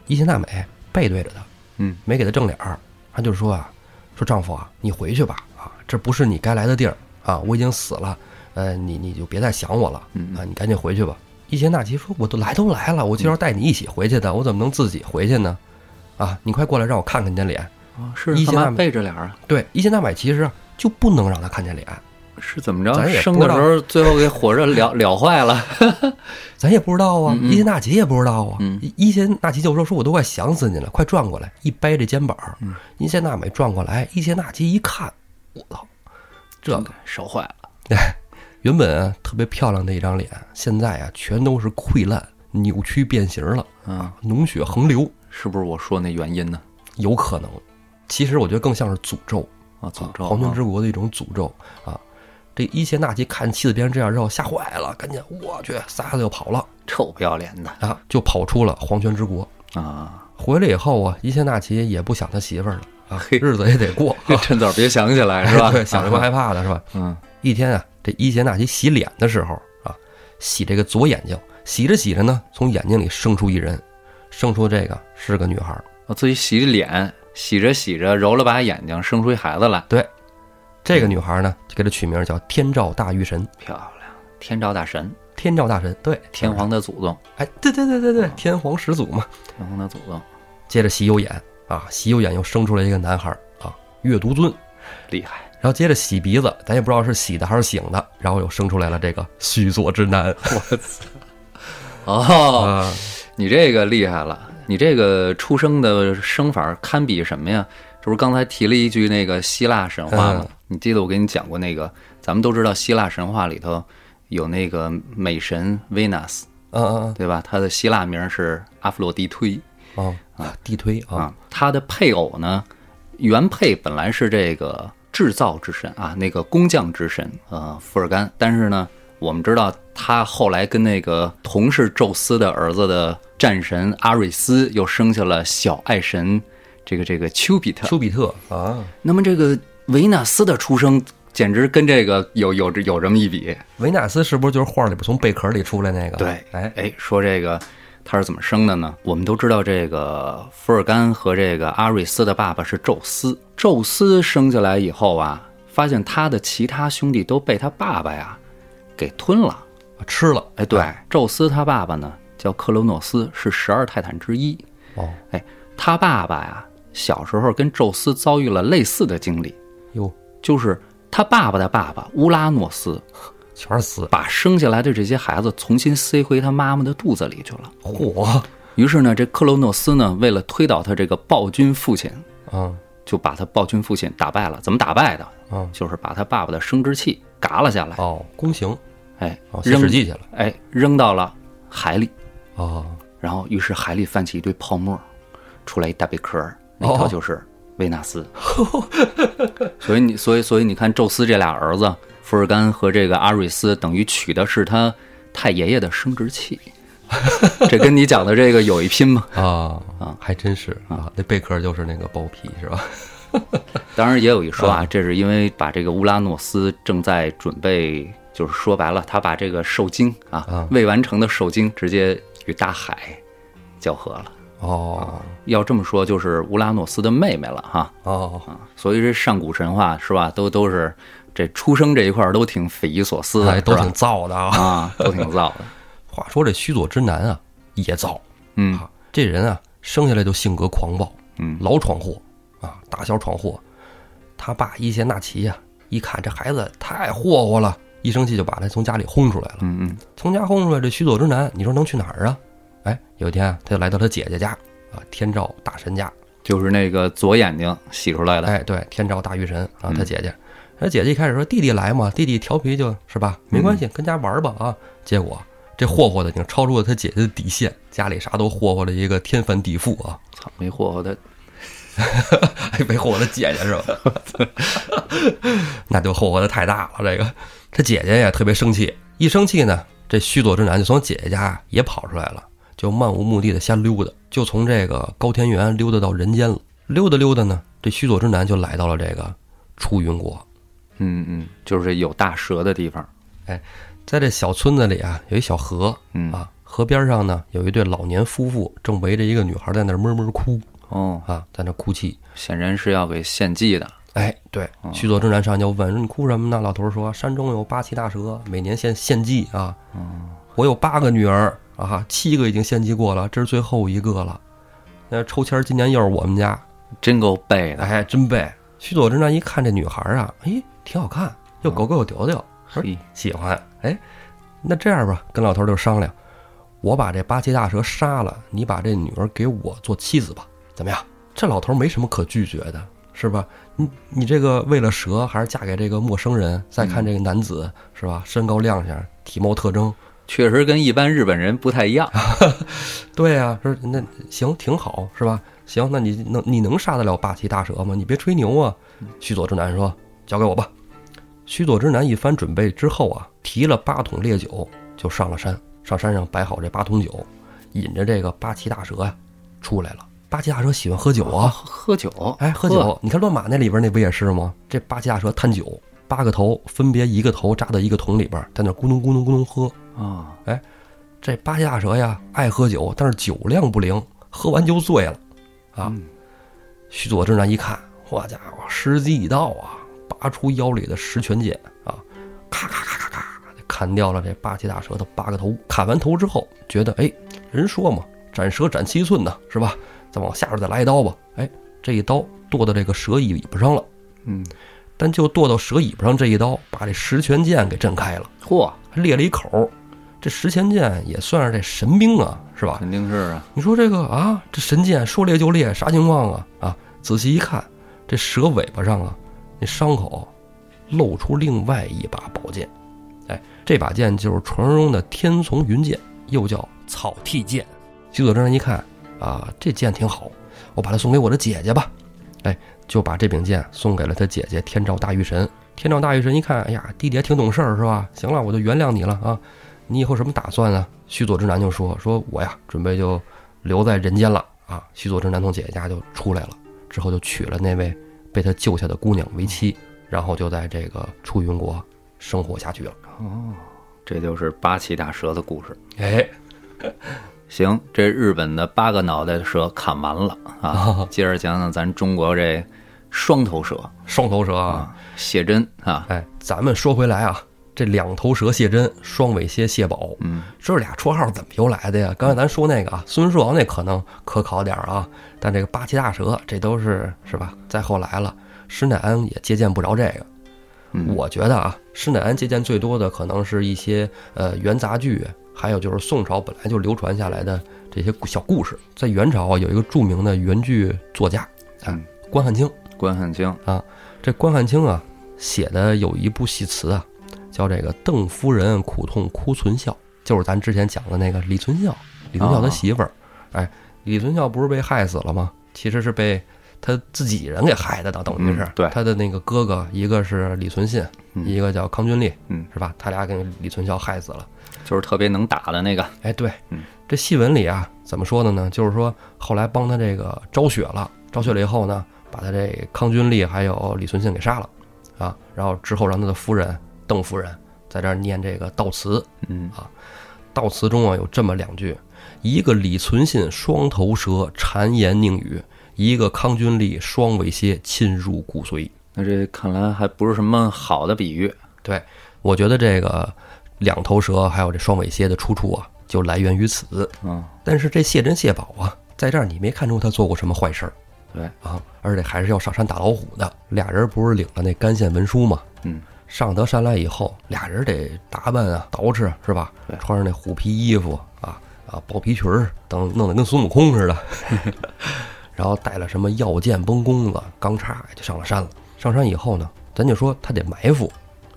A: 伊邪那美背对着他，
B: 嗯，
A: 没给他正脸儿，他就说啊，说丈夫啊，你回去吧，啊，这不是你该来的地儿啊，我已经死了，呃，你你就别再想我了，
B: 嗯
A: 啊，你赶紧回去吧。伊邪那岐说，我都来都来了，我就要带你一起回去的，我怎么能自己回去呢？啊，你快过来让我看看你的脸。
B: 哦是
A: 伊
B: 他
A: 邪
B: 妈
A: 那美
B: 背着脸儿啊，
A: 对，伊邪那美其实啊就不能让他看见脸，
B: 是怎么着
A: 咱也？
B: 生
A: 不
B: 的
A: 知道
B: 时候最后给火热燎燎坏了。
A: 咱也不知道啊，
B: 嗯嗯
A: 伊邪那岐也不知道啊。
B: 嗯
A: 伊伊邪那岐就说：“说我都快想死你了，快转过来！”一掰这肩膀，
B: 嗯
A: 伊邪那美转过来，伊邪那岐一看，我操，这个
B: 烧坏了，
A: 原本啊特别漂亮的一张脸，现在啊全都是溃烂、扭曲、变形了，
B: 嗯，
A: 脓血横流，
B: 是不是我说那原因呢？
A: 有可能。其实我觉得更像是诅咒，
B: 啊，诅咒，
A: 黄泉
B: 啊
A: 之国的一种诅咒啊。这伊邪那岐看妻子变成这样之后，吓坏了，赶紧我去，撒丫子就跑了
B: 臭不要脸的
A: 啊，就跑出了黄泉之国。
B: 啊！
A: 回来以后啊，伊邪那岐也不想他媳妇儿了啊，
B: 嘿
A: 日子也得 过， 啊
B: 趁早别想起 来是吧？
A: 对，想什么害怕的是吧？
B: 嗯，
A: 一天啊，这伊邪那岐洗脸的时候啊，洗这个左眼睛，洗着洗着呢，从眼睛里生出一人，生出这个是个女孩儿。
B: 我自己洗脸，洗着洗着揉了把眼睛，生出一孩子来，
A: 这个女孩儿呢，就给她取名叫天照大御神。
B: 漂亮！天照大神，
A: 天照大神，对，
B: 天皇的祖宗，
A: 哎，对对对对对，天皇始祖嘛。
B: 天皇的祖宗
A: 接着喜有眼啊，喜有眼又生出来一个男孩儿啊，月独尊。
B: 厉害，
A: 然后接着洗鼻子，咱也不知道是洗的还是醒的，然后又生出来了这个须佐之男。
B: 我操！哦，
A: 啊，
B: 你这个厉害了，你这个出生的生法堪比什么呀？这不是刚才提了一句那个希腊神话吗？你记得我给你讲过那个，咱们都知道希腊神话里头有那个美神 Venus，
A: 嗯嗯
B: 对吧？她的希腊名是阿弗洛狄忒
A: 嗯，哦，地推啊，
B: 啊，她的配偶呢，原配本来是这个制造之神啊，那个工匠之神呃福尔甘，但是呢，我们知道他后来跟那个同是宙斯的儿子的战神阿瑞斯又生下了小爱神这个这个丘比特。
A: 丘比特啊，
B: 那么这个维纳斯的出生简直跟这个有有有这么一比，
A: 维纳斯是不是就是画里边从贝壳里出来那个？
B: 对，
A: 哎，
B: 哎，说这个他是怎么生的呢？我们都知道，这个福尔甘和这个阿瑞斯的爸爸是宙斯。宙斯生下来以后啊，发现他的其他兄弟都被他爸爸呀给吞了。
A: 吃了
B: 哎，对，宙斯他爸爸呢叫克罗诺斯，是十二泰坦之一。
A: 哦，
B: 哎，他爸爸呀小时候跟宙斯遭遇了类似的经历，
A: 哟，
B: 就是他爸爸的爸爸乌拉诺斯
A: 全是死，
B: 把生下来的这些孩子重新塞回他妈妈的肚子里去了。
A: 嚯，
B: 于是呢，这克罗诺斯呢，为了推倒他这个暴君父亲，
A: 嗯
B: 就把他暴君父亲打败了。怎么打败的？
A: 嗯，
B: 就是把他爸爸的生殖器嘎了下来，
A: 哦，弓形，
B: 哎
A: 哦，，写
B: 扔
A: 史记去了，
B: 哎扔到了海里，
A: 哦，
B: 然后于是海里泛起一堆泡沫，出来一大贝壳儿，那
A: 哦
B: 头就是维纳 斯。所以你所以所以你看，宙斯这俩儿子福尔甘和这个阿瑞斯，等于取的是他太爷爷的生殖 器。这跟你讲的这个有一拼吗？
A: 啊啊，还真是啊，那贝壳就是那个包皮是吧？
B: 当然也有一说
A: 嗯
B: 啊，这是因为把这个乌拉诺斯正在准备，就是说白了，他把这个受精啊
A: 嗯
B: 未完成的受精直接与大海交合了。
A: 哦
B: 要这么说，就是乌拉诺斯的妹妹了哈、
A: 哦，
B: 所以这上古神话是吧，都都是这出生这一块儿都挺匪夷所思的，
A: 哎，都
B: 嗯是
A: 挺
B: 吧
A: 造的啊。
B: 啊，都挺造的。
A: 话说这须佐之男啊，也造
B: 嗯
A: 啊，这人啊，生下来就性格狂暴，
B: 嗯
A: 老闯祸啊，打小闯祸。他爸伊邪那岐呀、一看这孩子太霍霍了，一生气就把他从家里轰出来了。
B: 嗯嗯，
A: 从家轰出来，这须佐之男，你说能去哪儿啊？哎，有一天啊，他就来到他姐姐家啊，天照大神家。
B: 就是那个左眼睛洗出来的，
A: 哎，对，天照大御神啊，他姐姐。他姐姐一开始说弟弟来嘛，弟弟调皮就是吧，没关系，跟家玩吧啊。结果这霍霍的已经超出了他姐姐的底线，家里啥都霍霍了一个天翻地覆啊，
B: 操，没霍霍他，
A: 还维护我的姐姐是吧？ 那就霍霍的太大了。这个他姐姐也特别生气，一生气呢，这须佐之男就从姐姐家也跑出来了，就漫无目的的瞎溜达，就从这个高天原溜达到人间了。溜达溜达呢，这须佐之男就来到了这个出云国。
B: 嗯嗯，就是有大蛇的地方，
A: 在这小村子里啊，有一小河
B: 嗯
A: 啊，河边上呢有一对老年夫妇正围着一个女孩在那儿闷闷哭
B: 哦，
A: 啊，在那哭泣。
B: 显然是要给献祭的。
A: 哎，对，须佐之男上去就问你哭什么呢？老头儿说山中有八岐大蛇，每年献献祭啊。我有八个女儿啊，七个已经献祭过了，这是最后一个了。那抽签儿今年又是我们家，
B: 真够背的。
A: 哎，真背。须佐之男一看这女孩儿啊，哎，挺好看，又狗狗又丢丢，
B: 嘿，
A: 喜欢。哎，那这样吧，跟老头儿就商量，我把这八岐大蛇杀了，你把这女儿给我做妻子吧，怎么样？这老头儿没什么可拒绝的，是吧？你你这个为了蛇，还是嫁给这个陌生人？再看这个男子，是吧？身高亮相，体貌特征，
B: 确实跟一般日本人不太一样。
A: 对呀、说那行挺好，是吧？行，那你能你能杀得了八岐大蛇吗？你别吹牛啊！须佐之男说：“交给我吧。”须佐之男一番准备之后啊，提了八桶烈酒就上了山，上山上摆好这八桶酒，引着这个八岐大蛇呀、出来了。八岐大蛇喜欢喝酒啊，
B: 喝喝酒，
A: 哎，喝酒。你看乱马那里边那不也是吗？这八岐大蛇贪酒，八个头分别一个头扎到一个桶里边，在那咕咚咕咚咕咚喝。
B: 啊，
A: 这八岐大蛇呀，爱喝酒，但是酒量不灵，喝完就醉了。啊，
B: 嗯
A: 须佐之男一看，好家伙，时机已到啊！拔出腰里的十全剑啊，咔咔咔咔咔，砍掉了这八岐大蛇的八个头。砍完头之后，觉得哎，人说嘛，斩蛇斩七寸呐，是吧？再往下边再来一刀吧。哎，这一刀剁到这个蛇尾巴上了，
B: 嗯，
A: 但就剁到蛇尾巴上这一刀，把这石泉剑给震开了，
B: 嚯，
A: 还裂了一口。这石泉剑也算是这神兵啊，是吧？
B: 肯定是啊，
A: 你说这个啊，这神剑说裂就裂，啥情况啊？啊，仔细一看，这蛇尾巴上啊，那伤口露出另外一把宝剑，哎，这把剑就是传说中的天丛云剑，又叫
C: 草剃剑，
A: 徐佐真一看啊，这剑挺好，我把它送给我的姐姐吧。哎，就把这柄剑送给了他姐姐天照大御神。天照大御神一看，哎呀，弟弟也挺懂事儿是吧？行了，我就原谅你了啊。你以后什么打算啊？须佐之男就说：“说我呀，准备就留在人间了啊。”须佐之男从姐姐家就出来了，之后就娶了那位被他救下的姑娘为妻，然后就在这个出云国生活下去了。
B: 哦，这就是八岐大蛇的故事。
A: 哎，
B: 行，这日本的八个脑袋的蛇砍完了啊，接着讲讲咱中国这双头蛇
A: 双头蛇啊，
B: 啊，谢真啊，
A: 哎，咱们说回来啊，这两头蛇谢真，双尾蝎谢宝，
B: 嗯，
A: 这俩绰号怎么由来的呀？刚才咱说那个啊，孙叔敖那可能可考点儿啊，但这个八岐大蛇，这都是是吧？再后来了，施耐庵也借鉴不着这个。
B: 嗯
A: 我觉得啊，施耐庵借鉴最多的可能是一些呃元杂剧，还有就是宋朝本来就流传下来的这些故小故事。在元朝啊，有一个著名的元剧作家，哎
B: 嗯，
A: 关汉卿。
B: 关汉卿，
A: 这关汉卿啊写的有一部戏词啊，叫这个“邓夫人苦痛哭存孝”，就是咱之前讲的那个李存孝，李存孝
B: 啊
A: 他媳妇儿。哎，李存孝不是被害死了吗？其实是被他自己人给害的，等等于是、
B: 嗯对
A: 他的那个哥哥，一个是李存信，
B: 嗯
A: 一个叫康君立，
B: 嗯，
A: 是吧？他俩给李存孝害死了。
B: 就是特别能打的那个，
A: 哎，对
B: 嗯，
A: 这戏文里啊，怎么说的呢？就是说后来帮他这个昭雪了，昭雪了以后呢，把他这康君立还有李存信给杀了，啊，然后之后让他的夫人邓夫人在这儿念这个悼词，
B: 嗯
A: 悼词中啊有这么两句：一个李存信双头蛇谗言佞语，一个康君立双尾蝎侵入骨髓。
B: 那这看来还不是什么好的比喻，
A: 对，我觉得这个两头蛇还有这双尾蝎的出处啊，就来源于此。
B: 嗯，
A: 但是这谢珍谢宝啊，在这儿你没看出他做过什么坏事儿
B: 对，
A: 啊，而且还是要上山打老虎的。俩人不是领了那干县文书吗？
B: 嗯，
A: 上得山来以后，俩人得打扮啊，捯饬是吧
B: 对？
A: 穿上那虎皮衣服啊啊，豹皮裙儿，等弄得跟孙悟空 似的。然后带了什么药剑、崩弓子、钢叉，哎就上了山了。上山以后呢，咱就说他得埋伏，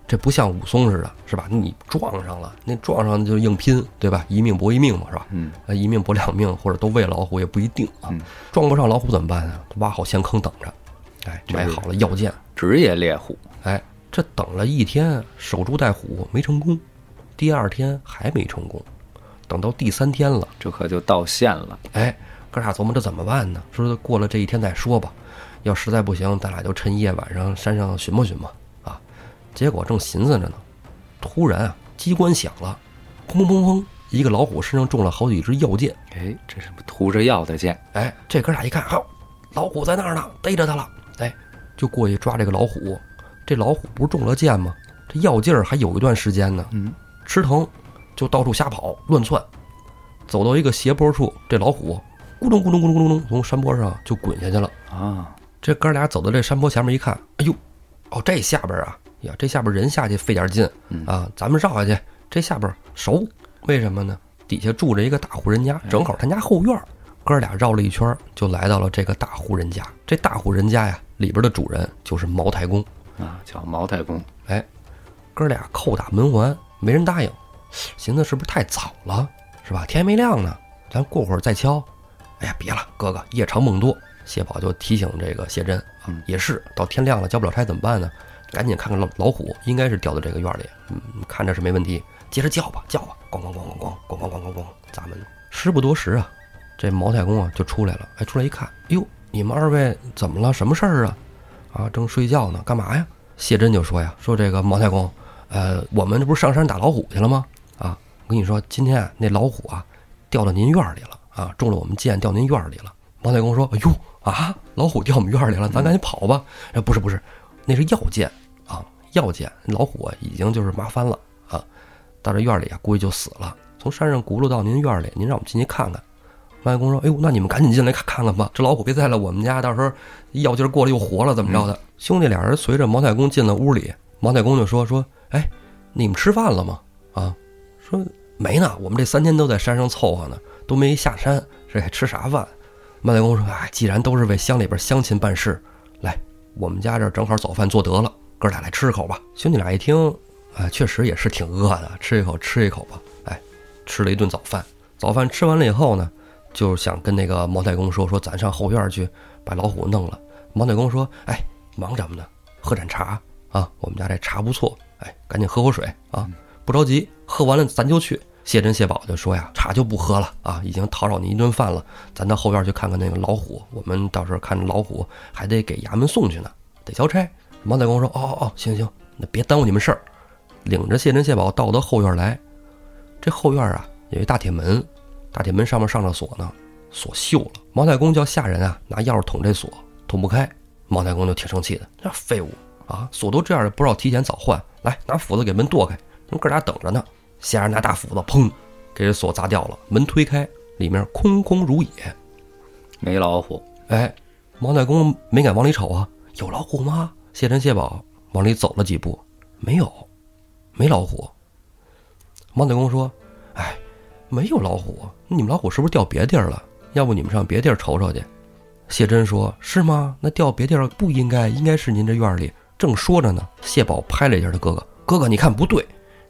A: 这不像武松似的，是吧？你撞上了，那撞上就硬拼，对吧？一命搏一命嘛，是吧？
B: 嗯，
A: 呃，一命搏两命，或者都喂老虎也不一定啊
B: 嗯。
A: 撞不上老虎怎么办啊？挖好陷坑等着，哎，
B: 这
A: 埋
B: 是
A: 好了药箭，
B: 职业猎户，
A: 哎，这等了一天，守株待虎没成功，第二天还没成功，等到第三天了，
B: 这可就到线了，
A: 哎，哥俩琢磨这怎么办呢？说过了这一天再说吧，要实在不行，咱俩就趁夜晚上山上寻摸寻摸啊。结果正寻思着呢，突然啊，机关响了，砰砰砰砰，一个老虎身上中了好几支药箭。
B: 哎，这是涂着药的剑，
A: 哎，这哥俩一看，哦，老虎在那儿呢，逮着他了。哎，就过去抓这个老虎。这老虎不是中了箭吗？这药劲儿还有一段时间呢，
B: 嗯，
A: 吃疼，就到处瞎跑乱窜。走到一个斜坡处，这老虎咕咚咕咚咕咚咕咚咕咚从山坡上就滚下去了。
B: 啊，
A: 这哥俩走到这山坡前面一看，哎呦，哦，这下边啊，呀，这下边人下去费点劲
B: 嗯
A: 啊，咱们绕下去，这下边熟，为什么呢？底下住着一个大户人家，正好他家后院儿，哥俩绕了一圈儿，就来到了这个大户人家。这大户人家呀，里边的主人就是毛太公。
B: 啊，叫毛太公，
A: 哎，哥俩叩打门环，没人答应，寻思是不是太早了，是吧？天还没亮呢，咱过会儿再敲。哎呀，别了，哥哥，夜长梦多。谢宝就提醒这个谢真啊
B: 嗯，
A: 也是到天亮了，交不了差怎么办呢？赶紧看看老老虎，应该是掉到这个院里，嗯，看着是没问题。接着叫吧，叫吧，咣咣咣咣咣咣咣咣咣咣，咱们时不多时啊，这毛太公啊就出来了，哎，出来一看，哎呦，你们二位怎么了？什么事儿啊？啊，正睡觉呢，干嘛呀？谢真就说呀，说这个毛太公，呃，我们这不是上山打老虎去了吗？啊，我跟你说，今天啊，那老虎啊，掉到您院儿里了啊，中了我们箭，掉您院儿里了。毛太公说，哎呦啊，老虎掉我们院儿里了，咱赶紧跑吧。哎，不是不是，那是药箭啊，药箭，老虎啊已经就是麻翻了啊，到这院里啊，估计就死了。从山上轱辘到您院里，您让我们进去看看。”搬运工说：“哎呦，那你们赶紧进来看看看吧，这老虎别在了我们家，到时候药劲儿过了又活了，怎么着的？”兄弟俩人随着毛太公进了屋里，毛太公就说：“说，哎，你们吃饭了吗？啊，说没呢，我们这三天都在山上凑合呢，都没下山，这还吃啥饭？”毛太公说：“哎，既然都是为乡里边乡亲办事，来，我们家这儿正好早饭做得了，哥俩来吃口吧。”兄弟俩一听，哎，确实也是挺饿的，吃一口吃一口吧。哎，吃了一顿早饭，早饭吃完了以后呢。就想跟那个毛太公说说，咱上后院去把老虎弄了。毛太公说：“哎，忙什么呢？喝盏茶啊，我们家这茶不错，哎，赶紧喝口水啊，不着急，喝完了咱就去。”哎谢珍、谢宝就说呀：“茶就不喝了啊，已经讨扰你一顿饭了，咱到后院去看看那个老虎。我们到时候看着老虎还得给衙门送去呢，得交差。”毛太公说：“哦哦哦，行行，那别耽误你们事儿。”领着谢珍、谢宝到到后院来，这后院啊有一大铁门，大铁门上面上着锁呢，锁锈了。毛太公叫下人啊拿钥匙捅这锁，捅不开。毛太公就挺生气的，这废物啊，锁都这样了，不知道提前早换。来，拿斧子给门剁开，咱哥俩等着呢。下人拿大斧子，砰，给这锁砸掉了。门推开，里面空空如也。
B: 没老虎，
A: 哎，毛太公没敢往里瞅啊，有老虎吗？谢珍、谢宝往里走了几步，没有，没老虎。毛太公说：“哎，没有老虎，你们老虎是不是掉别地儿了？要不你们上别地儿瞅瞅去。”谢珍说：“是吗？那掉别地儿不应该，应该是您这院儿里。”正说着呢，谢宝拍了一下他哥哥：“哥哥，你看不对，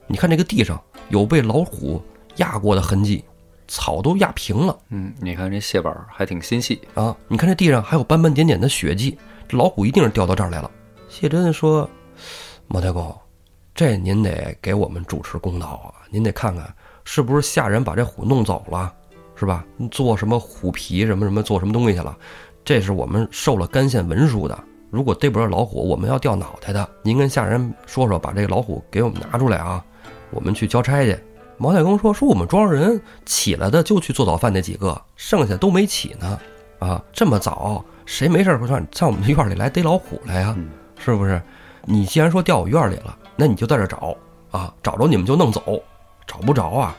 A: 你看这个地上有被老虎压过的痕迹，草都压平了。”
B: 嗯，你看这蟹板儿还挺心细，
A: 啊，你看这地上还有斑斑点点的血迹，这老虎一定是掉到这儿来了。谢珍说：“毛太公，这您得给我们主持公道啊！您得看看是不是下人把这虎弄走了，是吧？做什么虎皮什么什么做什么东西去了？这是我们受了干县文书的。如果逮不着老虎，我们要掉脑袋的。您跟下人说说，把这个老虎给我们拿出来啊，我们去交差去。”毛太公说：“说我们庄人起来的就去做早饭那几个，剩下都没起呢。”啊，这么早，谁没事儿会上上我们这院里来逮老虎来呀、
B: 嗯
A: 是不是？你既然说掉我院里了，那你就在这儿找啊，找着你们就弄走，找不着啊，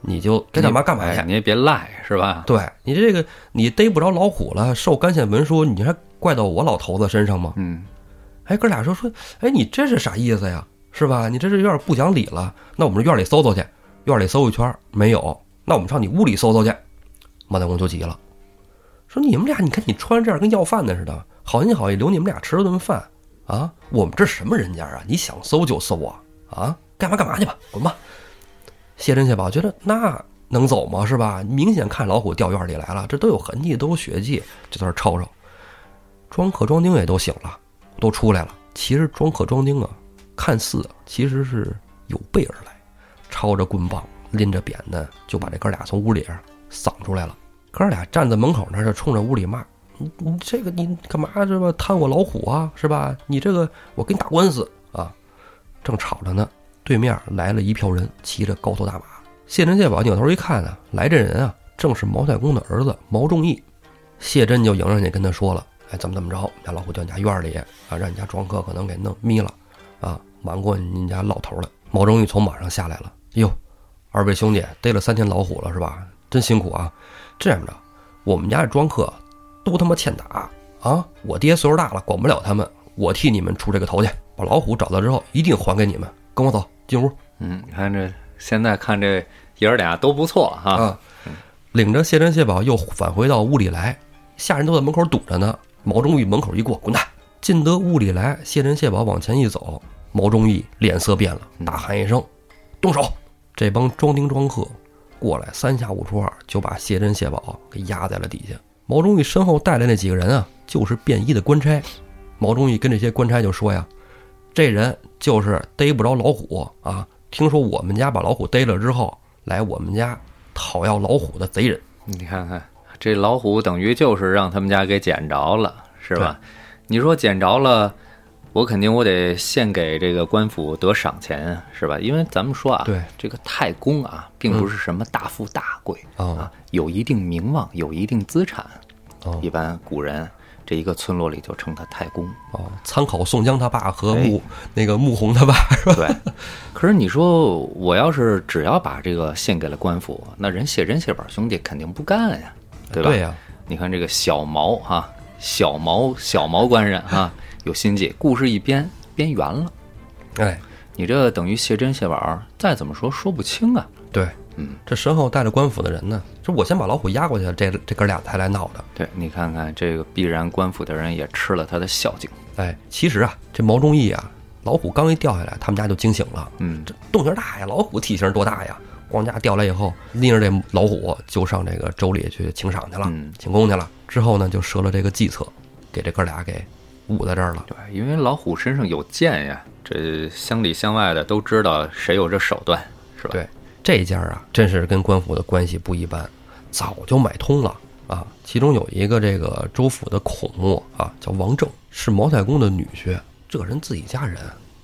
A: 你就该干嘛干嘛去
B: 哎。你也别赖是吧？
A: 对你这个，你逮不着老虎了，受干县文书，你还怪到我老头子身上吗？
B: 嗯，
A: 哎，哥俩说说，哎，你这是啥意思呀？是吧？你这是有点不讲理了。那我们院里搜搜去，院里搜一圈儿没有，那我们上你屋里搜搜去。马太公就急了，说你们俩，你看你穿这样跟要饭的似的，好心好意留你们俩吃了顿饭啊！我们这什么人家啊？你想搜就搜啊啊！干嘛干嘛去吧，滚吧！谢珍谢宝觉得那能走吗？是吧？明显看老虎掉院里来了，这都有痕迹，都有血迹，就在这瞅瞅。庄客、庄丁也都醒了。都出来了。其实庄客庄丁啊，看似啊其实是有备而来，抄着棍棒，拎着扁担，就把这哥俩从屋里边搡出来了。哥俩站在门口那儿就冲着屋里骂：“你你这个你干嘛是吧？贪我老虎啊是吧？你这个我跟你打官司啊！”正吵着呢，对面来了一票人，骑着高头大马。谢珍、谢宝扭头一看啊，来这人啊，正是毛太公的儿子毛仲义。谢珍就迎上去跟他说了：“哎，怎么怎么着，我们家老虎掉你家院儿里啊，让你家庄客可能给弄眯了，啊，瞒过你家老头儿了。”毛正玉从马上下来了，哟，二位兄弟逮了三天老虎了是吧？真辛苦啊！这样着，我们家的庄客都他妈欠打啊！我爹岁数大了，管不了他们，我替你们出这个头去，把老虎找到之后一定还给你们。跟我走，进屋。
B: 嗯，你看这现在看这爷儿俩都不错哈、
A: 啊，领着谢珍、谢宝又返回到屋里来，下人都在门口堵着呢。毛中义门口一过，滚蛋！进得屋里来，谢珍、谢宝往前一走，毛中义脸色变了，大喊一声：“动手！”这帮庄丁庄客过来，三下五除二就把谢珍、谢宝给压在了底下。毛中义身后带来那几个人啊，就是便衣的官差。毛中义跟这些官差就说呀：“这人就是逮不着老虎啊！听说我们家把老虎逮了之后，来我们家讨要老虎的贼人。
B: 你看看这老虎，等于就是让他们家给捡着了，是吧？你说捡着了，我肯定我得献给这个官府得赏钱，是吧？因为咱们说啊，
A: 对嗯
B: 这个太公啊，并不是什么大富大贵、
A: 哦
B: 啊，有一定名望，有一定资产，
A: 哦
B: 一般古人这一个村落里就 称他太公。哎
A: 哦，参考宋江他爸和穆、那个穆弘他爸。
B: 对，可是你说我要是只要把这个献给了官府，那人谢珍谢宝兄弟肯定不干呀，对吧？
A: 呃对呀、
B: 你看这个小毛哈、小毛小毛官人哈、有心计，故事一编编圆了，
A: 哎，
B: 你这等于谢珍谢宝再怎么说说不清啊。
A: 对，
B: 嗯，
A: 这身后带着官府的人呢，这我先把老虎压过去，这这哥俩才来闹的。
B: 对你看看这个，必然官府的人也吃了他的孝敬。
A: 哎，其实啊，这毛忠义啊，老虎刚一掉下来，他们家就惊醒了。
B: 嗯，
A: 这洞穴大呀，老虎体型多大呀？光家掉来以后，拎着这老虎就上这个州里去请赏去了，
B: 嗯
A: 请功去了。之后呢，就折了这个计策，给这哥俩给捂在这儿了。
B: 对，因为老虎身上有剑呀，这乡里乡外的都知道谁有这手段，是吧？
A: 对，这家啊，真是跟官府的关系不一般，早就买通了啊。其中有一个这个州府的孔目啊，叫王正，是毛太公的女婿，这人自己家人，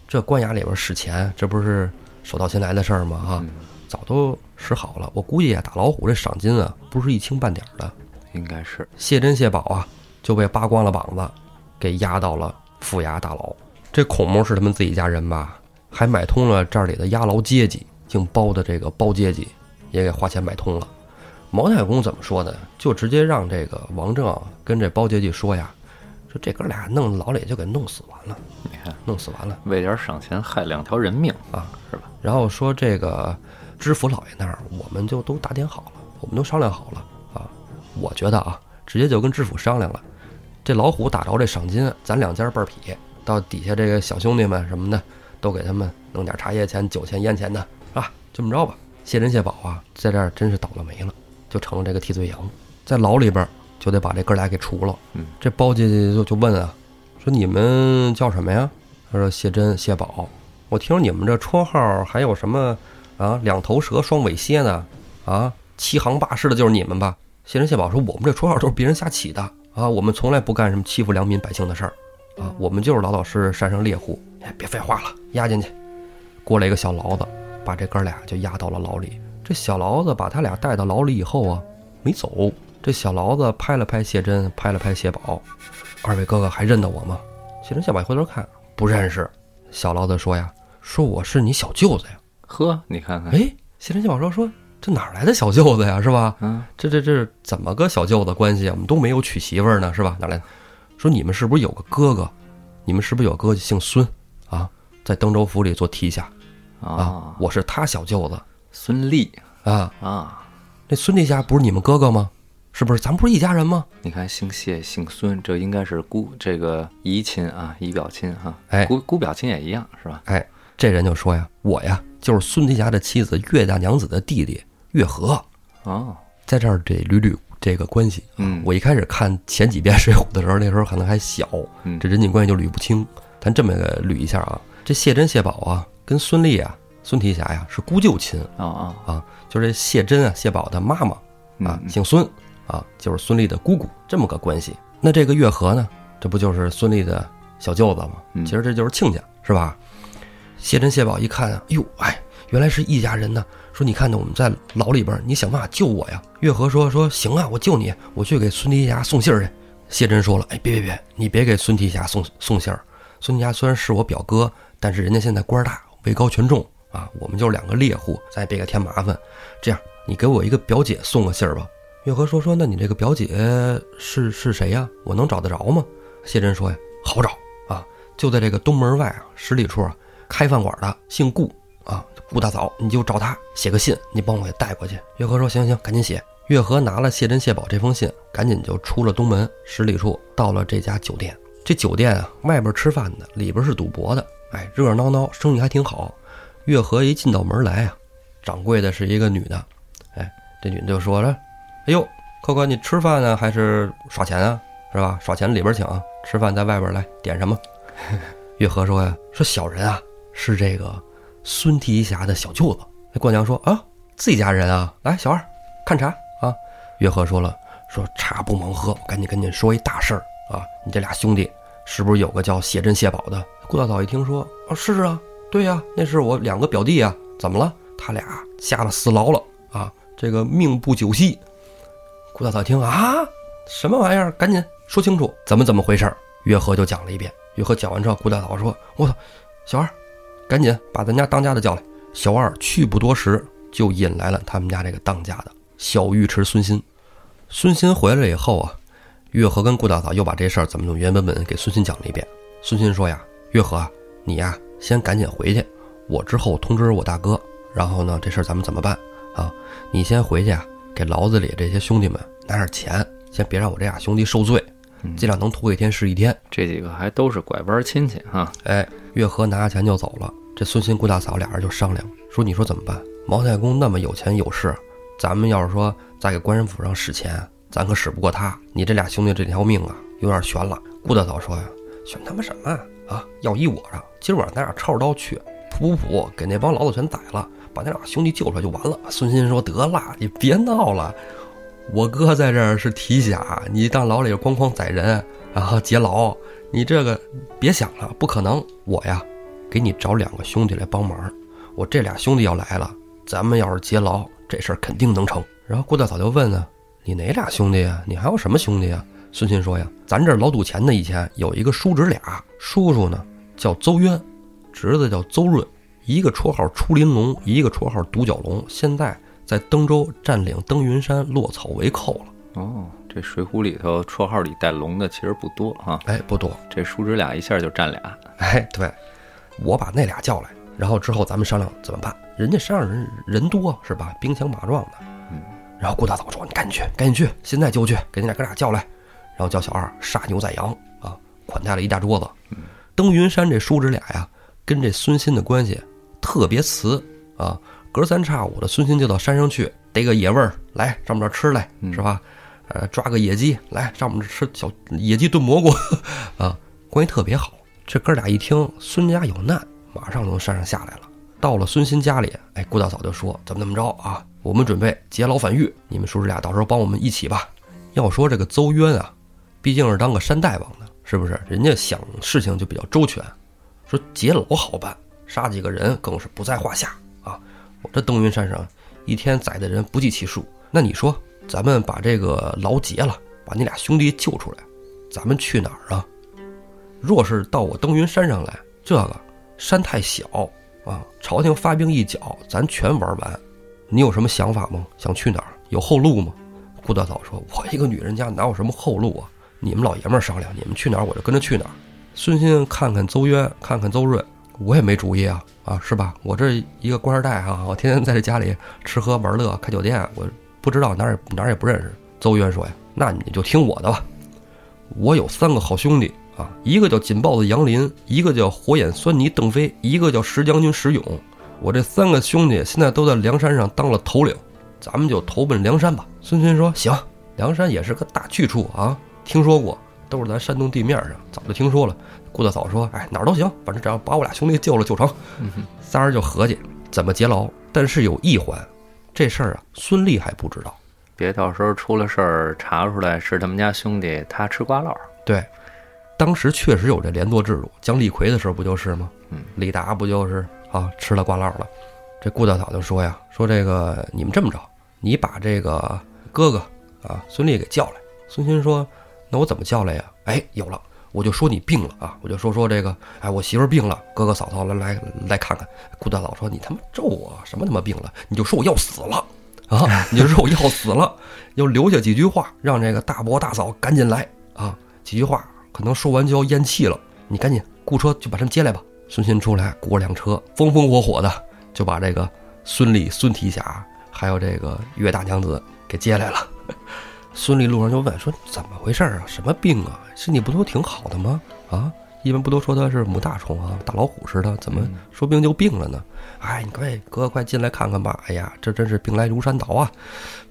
A: 这官衙里边使钱，这不是手到擒来的事儿吗？啊，
B: 嗯
A: 早都使好了。我估计啊，打老虎这赏金啊，不是一清半点儿的。
B: 应该是。
A: 谢珍、谢宝啊，就被扒光了膀子，给押到了府衙大牢。这孔目是他们自己家人吧？还买通了这里的押牢阶级，姓包的这个包阶级也给花钱买通了。毛太公怎么说的？就直接让这个王正跟这包阶级说呀，说这哥俩弄牢里就给弄死完了，
B: 你看，
A: 弄死完了。
B: 为点赏钱害两条人命
A: 啊，
B: 是吧？
A: 然后说这个知府老爷那儿，我们就都打点好了，我们都商量好了啊。我觉得啊，直接就跟知府商量了，这老虎打着这赏金，咱两家倍儿匹，到底下这个小兄弟们什么的，都给他们弄点茶叶钱、酒钱、烟钱的啊，这么着吧。谢珍、谢宝啊，在这儿真是倒了霉了，就成了这个替罪羊，在牢里边儿就得把这哥俩给除了。
B: 嗯，
A: 这包姐姐就就问啊，说你们叫什么呀？他说谢珍、谢宝。我听说你们这绰号还有什么啊？两头蛇、双尾蝎呢？啊，欺行霸市的就是你们吧？谢珍、谢宝说我们这绰号都是别人瞎起的啊，我们从来不干什么欺负良民百姓的事儿啊，我们就是老老实实山上猎户。哎，别废话了，押进去。过来一个小牢子，把这哥俩就押到了牢里。这小牢子把他俩带到牢里以后啊，没走。这小牢子拍了拍谢珍，拍了拍谢宝，二位哥哥还认得我吗？谢珍、谢宝一回头看，不认识。小牢子说呀：“说我是你小舅子呀。
B: 呵，你看”看，
A: 哎，谢珍、谢宝说：“说这哪儿来的小舅子呀？是吧？
B: 嗯，
A: 这这这怎么个小舅子关系啊？我们都没有娶媳妇儿呢，是吧？哪来的？说你们是不是有个哥哥？你们是不是有个哥哥姓孙啊？在登州府里做提辖啊
B: 啊，，
A: 我是他小舅子
B: 孙俪
A: 啊。
B: 啊，
A: 那孙这家不是你们哥哥吗？是不是？咱不是一家人吗？
B: 你看姓谢姓孙，这应该是姑这个姨亲啊，姨表亲哈、
A: 哎
B: 姑姑表亲也一样是吧？
A: 哎，这人就说呀，我呀就是孙这家的妻子岳大娘子的弟弟岳和，
B: 哦，
A: 在这儿得捋捋这个关系。
B: 嗯
A: 啊我一开始看前几遍《水浒》的时候，那时候可能还小，
B: 嗯
A: 这人际关系就捋不清。咱这么个捋一下啊，这谢珍、谢宝啊，跟孙俪啊、孙提辖呀是姑舅亲
B: 哦哦
A: 啊，就是这谢珍啊、谢宝的妈妈啊，
B: 嗯嗯
A: 姓孙啊，就是孙俪的姑姑，这么个关系。那这个月和呢，这不就是孙俪的小舅子吗？
B: 嗯
A: 其实这就是亲家，是吧？谢珍、谢宝一看啊，哟，哎，原来是一家人呢。说你看呢，我们在牢里边，你想办法救我呀。月和说说行啊，我救你，我去给孙提辖送信儿去。谢珍说了，哎，别别别，你别给孙提辖送送信儿。孙提辖虽然是我表哥，但是人家现在官儿大，位高权重啊，我们就是两个猎户，咱也别给添麻烦。这样，你给我一个表姐送个信儿吧。月和说说，那你这个表姐是是谁呀、我能找得着吗？谢珍说呀，好找啊，就在这个东门外啊十里处啊，开饭馆的姓顾啊，顾大嫂，你就找他写个信，你帮我给带过去。月和说行行，赶紧写。月和拿了谢珍、谢宝这封信，赶紧就出了东门十里处，到了这家酒店。这酒店啊，外边吃饭的，里边是赌博的，哎，热热闹闹，生意还挺好。月和一进到门来啊，掌柜的是一个女的，哎，这女的就说了：“哎呦，客官，你吃饭呢、还是耍钱啊？是吧？耍钱里边请啊，吃饭在外边来，点什么？”月和说呀：“说小人啊，是这个孙提辖的小舅子。”那冠娘说：“啊，自己家人啊，来，小二看茶啊。”月和说了：“说茶不蒙喝，我赶紧跟你说一大事儿啊！你这俩兄弟是不是有个叫谢珍、谢宝的？”顾大嫂一听说：“啊，是啊，对呀、那是我两个表弟啊，怎么了？他俩下了死牢了啊，这个命不久矣。”顾大嫂一听啊，什么玩意儿？赶紧说清楚，怎么怎么回事儿？月和就讲了一遍。月和讲完之后，顾大嫂说：“我操，小二，赶紧把咱家当家的叫来。”小二去不多时，就引来了他们家这个当家的小尉迟孙新。孙新回来以后啊，月和跟顾大嫂又把这事儿怎么怎么原原本本给孙新讲了一遍。孙新说呀：“月和啊，你呀、先赶紧回去，我之后通知我大哥，然后呢，这事儿咱们怎么办啊？你先回去啊，给牢子里这些兄弟们拿点钱，先别让我这俩兄弟受罪，
B: 嗯
A: 尽量能拖一天是一天。”
B: 这几个还都是拐弯亲戚哈、
A: 哎，月和拿着钱就走了。这孙鑫、顾大嫂俩人就商量说：“你说怎么办？毛太公那么有钱有势，咱们要是说再给官人府上使钱，咱可使不过他。你这俩兄弟这条命啊，有点悬了。”顾大嫂说：“呀，悬他妈什么啊啊？要依我上，今儿晚上咱俩抄着刀去，噗噗噗，给那帮老子全宰了，把那俩兄弟救出来就完了。”孙鑫说：“得啦，你别闹了，我哥在这儿是提辖，你到牢里哐哐宰人，然后劫牢，你这个别想了，不可能！我呀，给你找两个兄弟来帮忙。我这俩兄弟要来了，咱们要是劫牢，这事儿肯定能成。然后顾大嫂就问呢：“你哪俩兄弟啊？你还有什么兄弟啊？”孙鑫说：“呀，咱这儿老赌钱的以前有一个叔侄俩，叔叔呢叫邹渊，侄子叫邹润，一个绰号出林龙，一个绰号独角龙。现在在登州占领登云山，落草为寇了。
B: 哦，这《水浒》里头绰号里带龙的其实不多哈、
A: 哎，不多，
B: 这叔侄俩一下就占俩。
A: 哎，对，我把那俩叫来，然后之后咱们商量怎么办。人家山上人人多是吧？兵强马壮的。
B: 嗯。
A: 然后顾大嫂说：“你赶紧去，赶紧去，现在就去，给那俩哥俩叫来。”然后叫小二杀牛宰羊啊，款待了一大桌子。登云山这叔侄俩呀，跟这孙鑫的关系特别慈啊，隔三差五的孙鑫就到山上去逮个野味儿来上我们这儿吃来，是吧？呃，抓个野鸡来上我们这儿吃小野鸡炖蘑菇啊，关系特别好。这哥俩一听孙家有难，马上从山上下来了。到了孙鑫家里，哎，顾大嫂就说：“怎么怎么着啊？我们准备劫牢反狱，你们叔侄俩到时候帮我们一起吧。”要说这个邹渊啊，毕竟是当个山大王的，是不是？人家想事情就比较周全。说劫牢好办，杀几个人更是不在话下啊！我这登云山上一天宰的人不计其数。那你说，咱们把这个牢劫了，把你俩兄弟救出来，咱们去哪儿啊？若是到我登云山上来，这个山太小啊，朝廷发兵一剿，咱全玩完。你有什么想法吗？想去哪儿？有后路吗？顾大嫂说：“我一个女人家哪有什么后路啊？你们老爷们儿商量，你们去哪儿我就跟着去哪儿。”孙鑫看看邹渊，看看邹润，我也没主意啊啊，是吧？我这一个官二代啊，我天天在这家里吃喝玩乐，开酒店，我不知道哪儿也哪儿也不认识。邹渊说：“呀，那你就听我的吧。我有三个好兄弟啊，一个叫锦豹子杨林，一个叫火眼狻猊邓飞，一个叫石将军石勇。我这三个兄弟现在都在梁山上当了头领，啊咱们就投奔梁山吧。孙权说：“行，梁山也是个大去处啊，听说过，都是咱山东地面上，早就听说了。”顾大嫂说：“哎，哪儿都行，反正只要把我俩兄弟救了就成。”仨人就合计怎么劫牢，但是有一环，这事儿啊，孙俪还不知道。
B: 别到时候出了事儿，查出来是他们家兄弟，他吃瓜落。
A: 对，当时确实有这连坐制度，江立奎的时候不就是吗？
B: 嗯，
A: 李达不就是啊，吃了瓜落了。这顾大嫂就说呀，说这个你们这么着，你把这个哥哥啊孙俪给叫来。孙鑫说，那我怎么叫来呀？哎，有了。我就说你病了啊，我就说说这个，哎，我媳妇儿病了，哥哥嫂嫂来来来看看。顾大嫂说：“你他妈咒我什么他妈病了？你就说我要死了啊！你就说我要死了，要留下几句话，让这个大伯大嫂赶紧来啊！几句话可能说完就要咽气了，你赶紧雇车就把他们接来吧。”孙鑫出来雇了辆车，风风火火的就把这个孙俪、孙提辖还有这个岳大娘子给接来了。孙俪路上就问说：“怎么回事儿啊？什么病啊？身体不都挺好的吗？啊，一般不都说他是母大虫啊，大老虎似的，怎么说病就病了呢？哎，你快哥快进来看看吧！哎呀，这真是病来如山倒啊！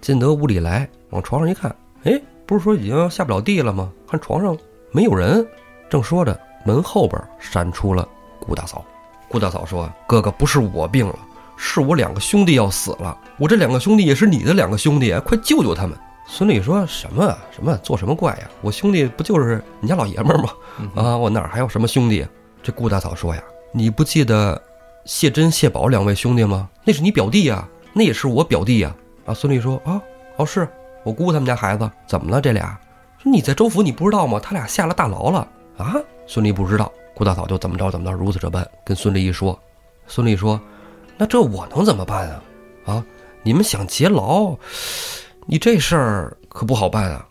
A: 进得屋里来，往床上一看，哎，不是说已经下不了地了吗？看床上没有人，正说着，门后边闪出了顾大嫂。顾大嫂说：“哥哥，不是我病了，是我两个兄弟要死了。我这两个兄弟也是你的两个兄弟，啊快救救他们！”孙俪说什么啊什么做什么怪呀？我兄弟不就是你家老爷们儿吗？啊，我哪儿还有什么兄弟啊？这顾大嫂说呀，你不记得谢珍、谢宝两位兄弟吗？那是你表弟呀、那也是我表弟呀、啊。孙俪说啊，哦，是我姑他们家孩子，怎么了？这俩？说你在州府你不知道吗？他俩下了大牢了啊？孙俪不知道，顾大嫂就怎么着怎么着，如此这般跟孙俪一说，孙俪说：“那这我能怎么办啊？啊，你们想劫牢，你这事儿可不好办啊！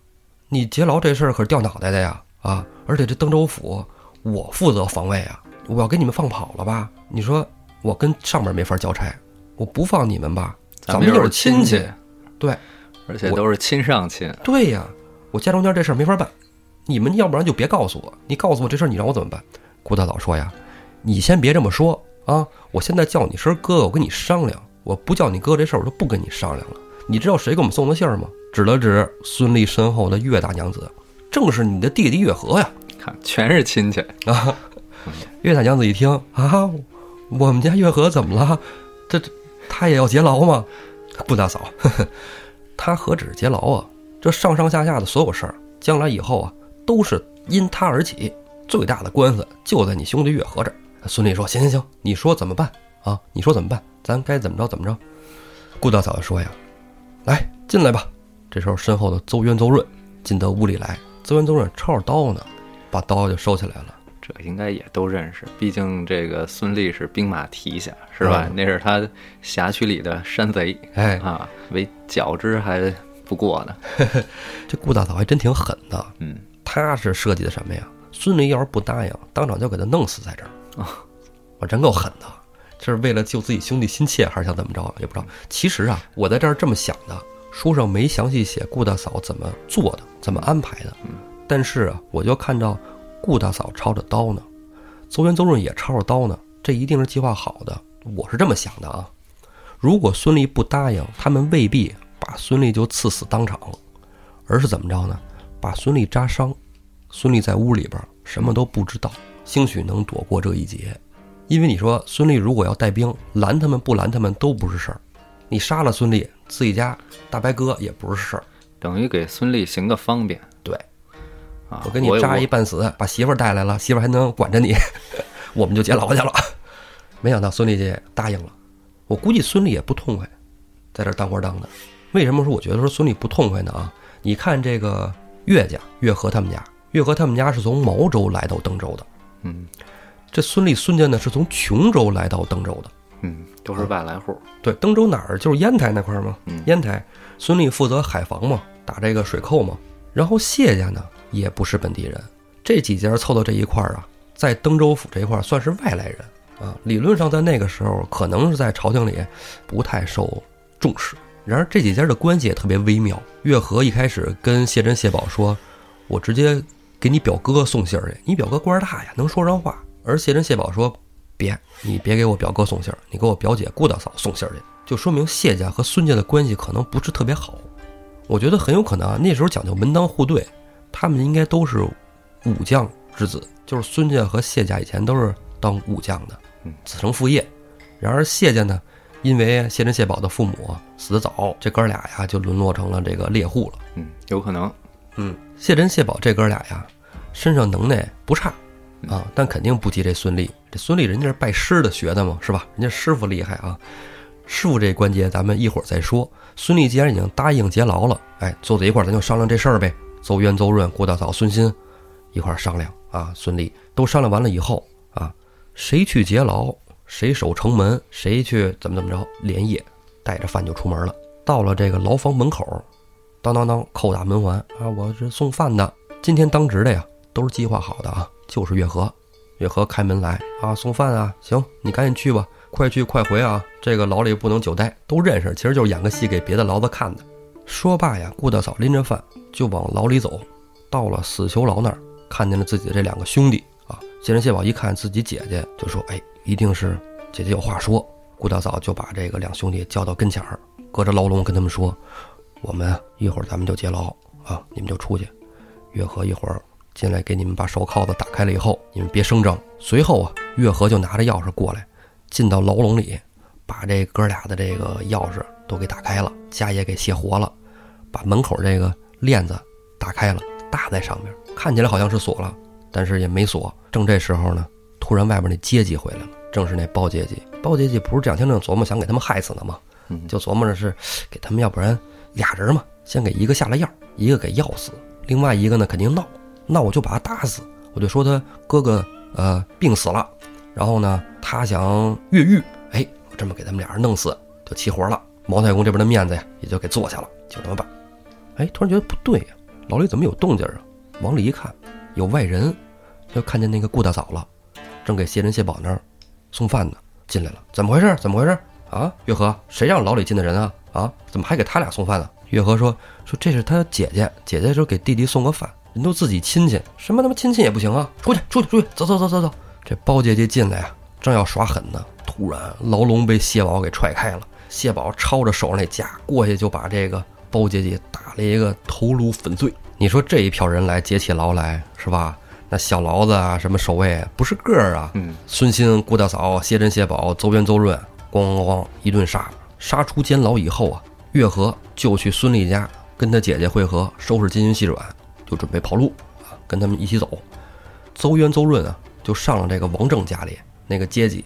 A: 你劫牢这事儿可是掉脑袋的呀！啊，而且这登州府我负责防卫啊，我要给你们放跑了吧？你说我跟上面没法交差，我不放你们吧？咱们
B: 们
A: 又
B: 又
A: 是
B: 是
A: 亲戚
B: 戚，，
A: 对
B: 而且都是亲上亲。
A: 对呀，我家中间这事儿没法办，你们要不然就别告诉我，你告诉我这事儿你让我怎么办？顾大嫂说呀，你先别这么说啊，我现在叫你声哥哥，我跟你商量，我不叫你哥这事儿我就不跟你商量了。你知道谁给我们送的信儿吗？指了指孙俪身后的岳大娘子，正是你的弟弟岳和呀。
B: 看，全是亲戚，
A: 啊， 岳大娘子一听啊，我们家月和怎么了？这这他也要劫牢吗？顾大嫂， 呵呵他何止劫牢啊？这上上下下的所有事儿，将来以后啊，都是因他而起。最大的官司就在你兄弟月和这儿。孙俪说：“行行行，你说怎么办啊？你说怎么办？咱该怎么着怎么着？”顾大嫂就说：“呀，来进来吧。”这时候，身后的邹渊、邹润进到屋里来。邹渊、邹润抄着刀呢，把刀就收起来了。
B: 这应该也都认识。毕竟这个孙俪是兵马提辖，是吧？
A: 嗯
B: 那是他辖区里的山贼
A: 哎，
B: 啊，为较之还不过呢。
A: 这顾大嫂还真挺狠的，
B: 嗯，
A: 她是设计的什么呀？孙俪要是不答应，当场就给他弄死在这儿我真够狠的，这是为了救自己兄弟心切，还是想怎么着？也不知道。其实啊，我在这儿这么想的，书上没详细写顾大嫂怎么做的，怎么安排的。但是啊，我就看到顾大嫂抄着刀呢，邹元、邹润也抄着刀呢，这一定是计划好的。我是这么想的啊。如果孙俪不答应，他们未必把孙俪就刺死当场，而是怎么着呢？把孙俪扎伤。孙俪在屋里边儿什么都不知道，兴许能躲过这一劫。因为你说孙俪如果要带兵拦他们不拦他们都不是事儿，你杀了孙俪，自己家大白哥也不是事儿。
B: 等于给孙俪行个方便
A: 对
B: 啊。
A: 我给你扎一半死，把媳妇儿带来了，媳妇儿还能管着你， 我们就劫牢去了。 没想到孙俪姐答应了，我估计孙俪也不痛快，在这儿当官当的。为什么说我觉得说孙俪不痛快呢？啊，你看这个岳家岳和他们家，岳和他们家是从毛州来到登州的，
B: 嗯
A: 这孙俪孙家呢是从琼州来到登州的。
B: 嗯，都是外来户。
A: 对，登州哪儿就是烟台那块儿嘛，
B: 嗯
A: 烟台，孙俪负责海防嘛，打这个水寇嘛。然后谢家呢，也不是本地人，这几家凑到这一块儿啊，在登州府这一块儿算是外来人啊。理论上在那个时候，可能是在朝廷里不太受重视。然而这几家的关系也特别微妙。岳和一开始跟谢珍、谢宝说：“我直接给你表哥送信儿去，你表哥官儿大呀，能说上话。”而谢珍、谢宝说：“别，你别给我表哥送信儿，你给我表姐顾大嫂送信儿去。”就说明谢家和孙家的关系可能不是特别好。我觉得很有可能啊，那时候讲究门当户对，他们应该都是武将之子，就是孙家和谢家以前都是当武将的
B: 嗯，
A: 子承父业。然而谢家呢，因为谢珍、谢宝的父母啊死得早，这哥俩呀就沦落成了这个猎户了。
B: 嗯，有可能。
A: 嗯，谢珍、谢宝这哥俩呀，身上能耐不差啊，但肯定不及这孙俪。这孙俪人家是拜师的学的嘛，是吧？人家师傅厉害啊。师傅这关节咱们一会儿再说。孙俪既然已经答应劫牢了，哎，坐在一块儿咱就商量这事儿呗。邹渊、邹润、顾大嫂、孙鑫一块儿商量啊。孙俪都商量完了以后啊，谁去劫牢，谁守城门，谁去怎么怎么着，连夜带着饭就出门了。到了这个牢房门口，当当当，叩打门环啊！我是送饭的，今天当值的呀，都是计划好的啊，就是月和。月和开门来啊，送饭啊，行，你赶紧去吧，快去快回啊，这个牢里不能久待，都认识，其实就是演个戏给别的牢子看的。说罢呀，顾大嫂拎着饭就往牢里走，到了死囚牢那儿，看见了自己的这两个兄弟啊。谢仁谢宝一看自己姐姐，就说：“哎，一定是姐姐有话说。”顾大嫂就把这个两兄弟叫到跟前儿，隔着牢笼跟他们说：“我们啊一会儿咱们就劫牢啊，你们就出去。月和一会儿进来给你们把手铐子打开了以后，你们别声张。随后啊，月和就拿着钥匙过来，进到牢笼里，把这哥俩的这个钥匙都给打开了，家也给卸活了，把门口这个链子打开了，搭在上面，看起来好像是锁了，但是也没锁。正这时候呢，突然外边那阶级回来了，正是那包阶级。包阶级不是这两天正琢磨想给他们害死呢吗？
B: 嗯，
A: 就琢磨着是给他们，要不然俩人嘛，先给一个下了药，一个给药死，另外一个呢肯定闹，闹我就把他打死，我就说他哥哥呃病死了，然后呢，他想越狱，哎，我这么给他们俩人弄死就齐活了。毛太公这边的面子呀，也就给做下了，就这么办。哎，突然觉得不对呀、老李怎么有动静啊？往里一看，有外人，就看见那个顾大嫂了，正给谢珍、谢宝那儿送饭呢，进来了，怎么回事？怎么回事？啊，月和，谁让老李进的人啊？啊，怎么还给他俩送饭呢、月和说说这是他姐姐，姐姐说给弟弟送个饭，人都自己亲戚，什么他妈亲戚也不行啊！出去，出去，出去，走走走走走。这包姐姐进来啊，正要耍狠呢，突然牢笼被蟹宝给踹开了，蟹宝抄着手上那夹过去就把这个包姐姐打了一个头颅粉碎。你说这一票人来劫起牢来是吧？那小牢子啊，什么守卫不是个儿啊，
B: 嗯，
A: 孙兴、顾大嫂、谢珍、谢宝、邹元、邹润，咣咣咣一顿杀。杀出监牢以后啊，月和就去孙俪家跟他姐姐会合，收拾金银细软，就准备跑路啊，跟他们一起走。邹渊、邹润啊，就上了这个王正家里那个阶级，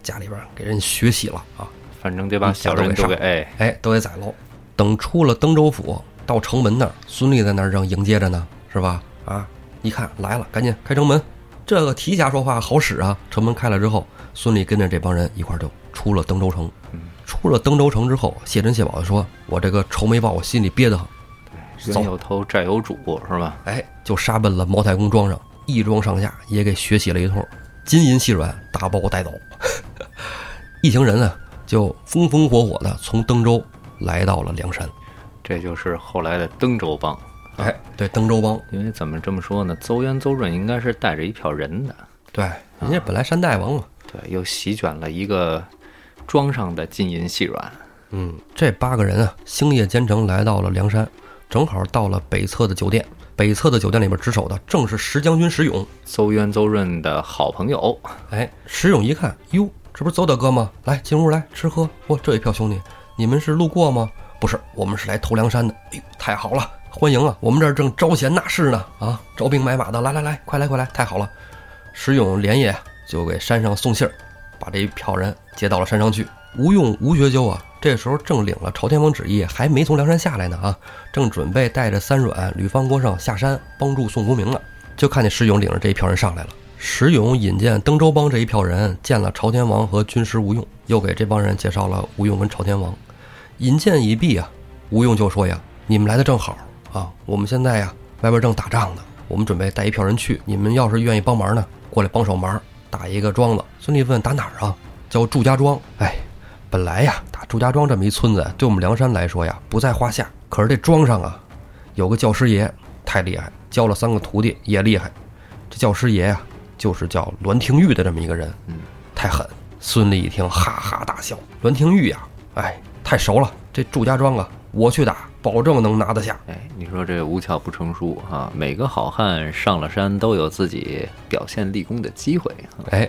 A: 家里边给人血洗了啊，
B: 反正这帮小人都给哎，
A: 哎，都得宰喽。等出了登州府，到城门那儿，孙俪在那儿正迎接着呢，是吧？啊，一看来了，赶紧开城门。这个提辖说话好使啊！城门开了之后，孙俪跟着这帮人一块儿就出了登州城。出了登州城之后，谢珍、谢宝就说：“我这个仇没报，我心里憋得很。”
B: 冤有头债有主是吧？
A: 哎，就杀奔了毛太公庄上，一庄上下也给血洗了一通，金银细软打包带走。 一行人呢，就风风火火的从登州来到了梁山。
B: 这就是后来的登州帮。
A: 哎，对，登州帮，
B: 因为怎么这么说呢？邹渊、邹润应该是带着一票人的，
A: 对，人家本来山大王嘛，
B: 对，又席卷了一个庄上的金银细软。
A: 嗯，这八个人啊，星夜兼程来到了梁山，正好到了北侧的酒店。北侧的酒店里边值守的正是石将军石勇。
B: 邹渊、邹润的好朋友，
A: 哎，石勇一看，哟，这不是邹大哥吗？来，进屋来吃喝。哇，这一票兄弟，你们是路过吗？不是，我们是来投梁山的。哎呦，太好了，欢迎啊！我们这儿正招贤纳士呢，啊，招兵买马的，来来来，快来快来，太好了！石勇连夜啊就给山上送信儿，把这一票人接到了山上去。吴用、吴学究啊，这时候正领了朝天王旨意，还没从梁山下来呢啊，正准备带着三阮、吕方、郭尚下山帮助宋公明呢，就看见石勇领着这一票人上来了。石勇引荐登州帮这一票人见了朝天王和军师吴用，又给这帮人介绍了吴用跟朝天王。引荐已毕啊，吴用就说呀：“你们来的正好啊，我们现在呀外边正打仗呢，我们准备带一票人去，你们要是愿意帮忙呢，过来帮手忙，打一个庄子。”孙俪问：“打哪儿啊？”叫祝家庄。哎，本来呀打祝家庄这么一村子，对我们梁山来说呀不在话下，可是这庄上啊有个教师爷太厉害，教了三个徒弟也厉害。这教师爷呀、啊就是叫栾廷玉的这么一个人，
B: 嗯，
A: 太狠。孙俪一听，哈哈大笑。栾廷玉呀、哎，太熟了，这祝家庄啊，我去打，保证能拿得下。
B: 哎，你说这无巧不成书啊！每个好汉上了山都有自己表现立功的机会，啊、
A: 哎，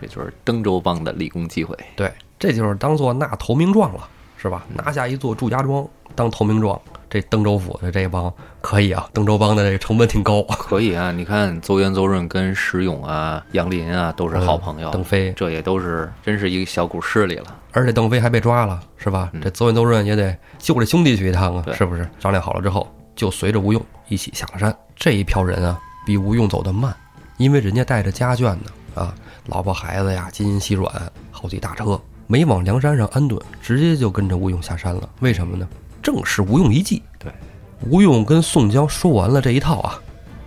B: 这就是登州帮的立功机会。
A: 对，这就是当做纳投名状了，是吧？拿下一座祝家庄当投名状，这登州府的这帮可以啊，登州帮的这个成本挺高。
B: 可以啊，你看邹渊、邹润跟石勇啊、杨林啊 都是好朋友，
A: 嗯邓飞，
B: 这也都是真是一个小股势力了。
A: 而且邓飞还被抓了，是吧？这邹元、邹润也得救这兄弟去一趟啊，
B: 嗯对
A: 是不是？商量好了之后，就随着吴用一起下了山。这一票人啊，比吴用走得慢，因为人家带着家眷呢，啊，老婆孩子呀，金银细软，好几大车，没往梁山上安顿，直接就跟着吴用下山了。为什么呢？正是吴用一计。
B: 对，
A: 吴用跟宋江说完了这一套啊，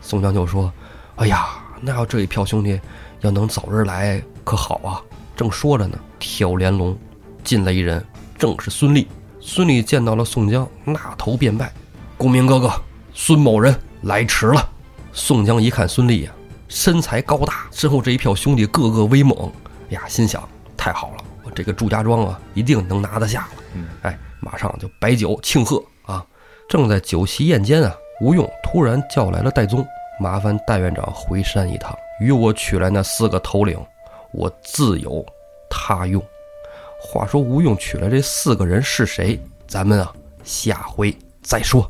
A: 宋江就说：“哎呀，那要这一票兄弟要能早日来，可好啊！”正说着呢，挑帘笼进来一人，正是孙俪。孙俪见到了宋江，那头便拜：“公明哥哥，孙某人来迟了。”宋江一看孙俪呀、身材高大，身后这一票兄弟个个威猛，哎呀，心想：太好了，我这个祝家庄啊，一定能拿得下了。
B: 嗯，
A: 哎，马上就摆酒庆贺啊！正在酒席宴间啊，吴用突然叫来了戴宗，麻烦戴院长回山一趟，与我取来那四个头领，我自有他用。话说吴用取来这四个人是谁，咱们啊下回再说。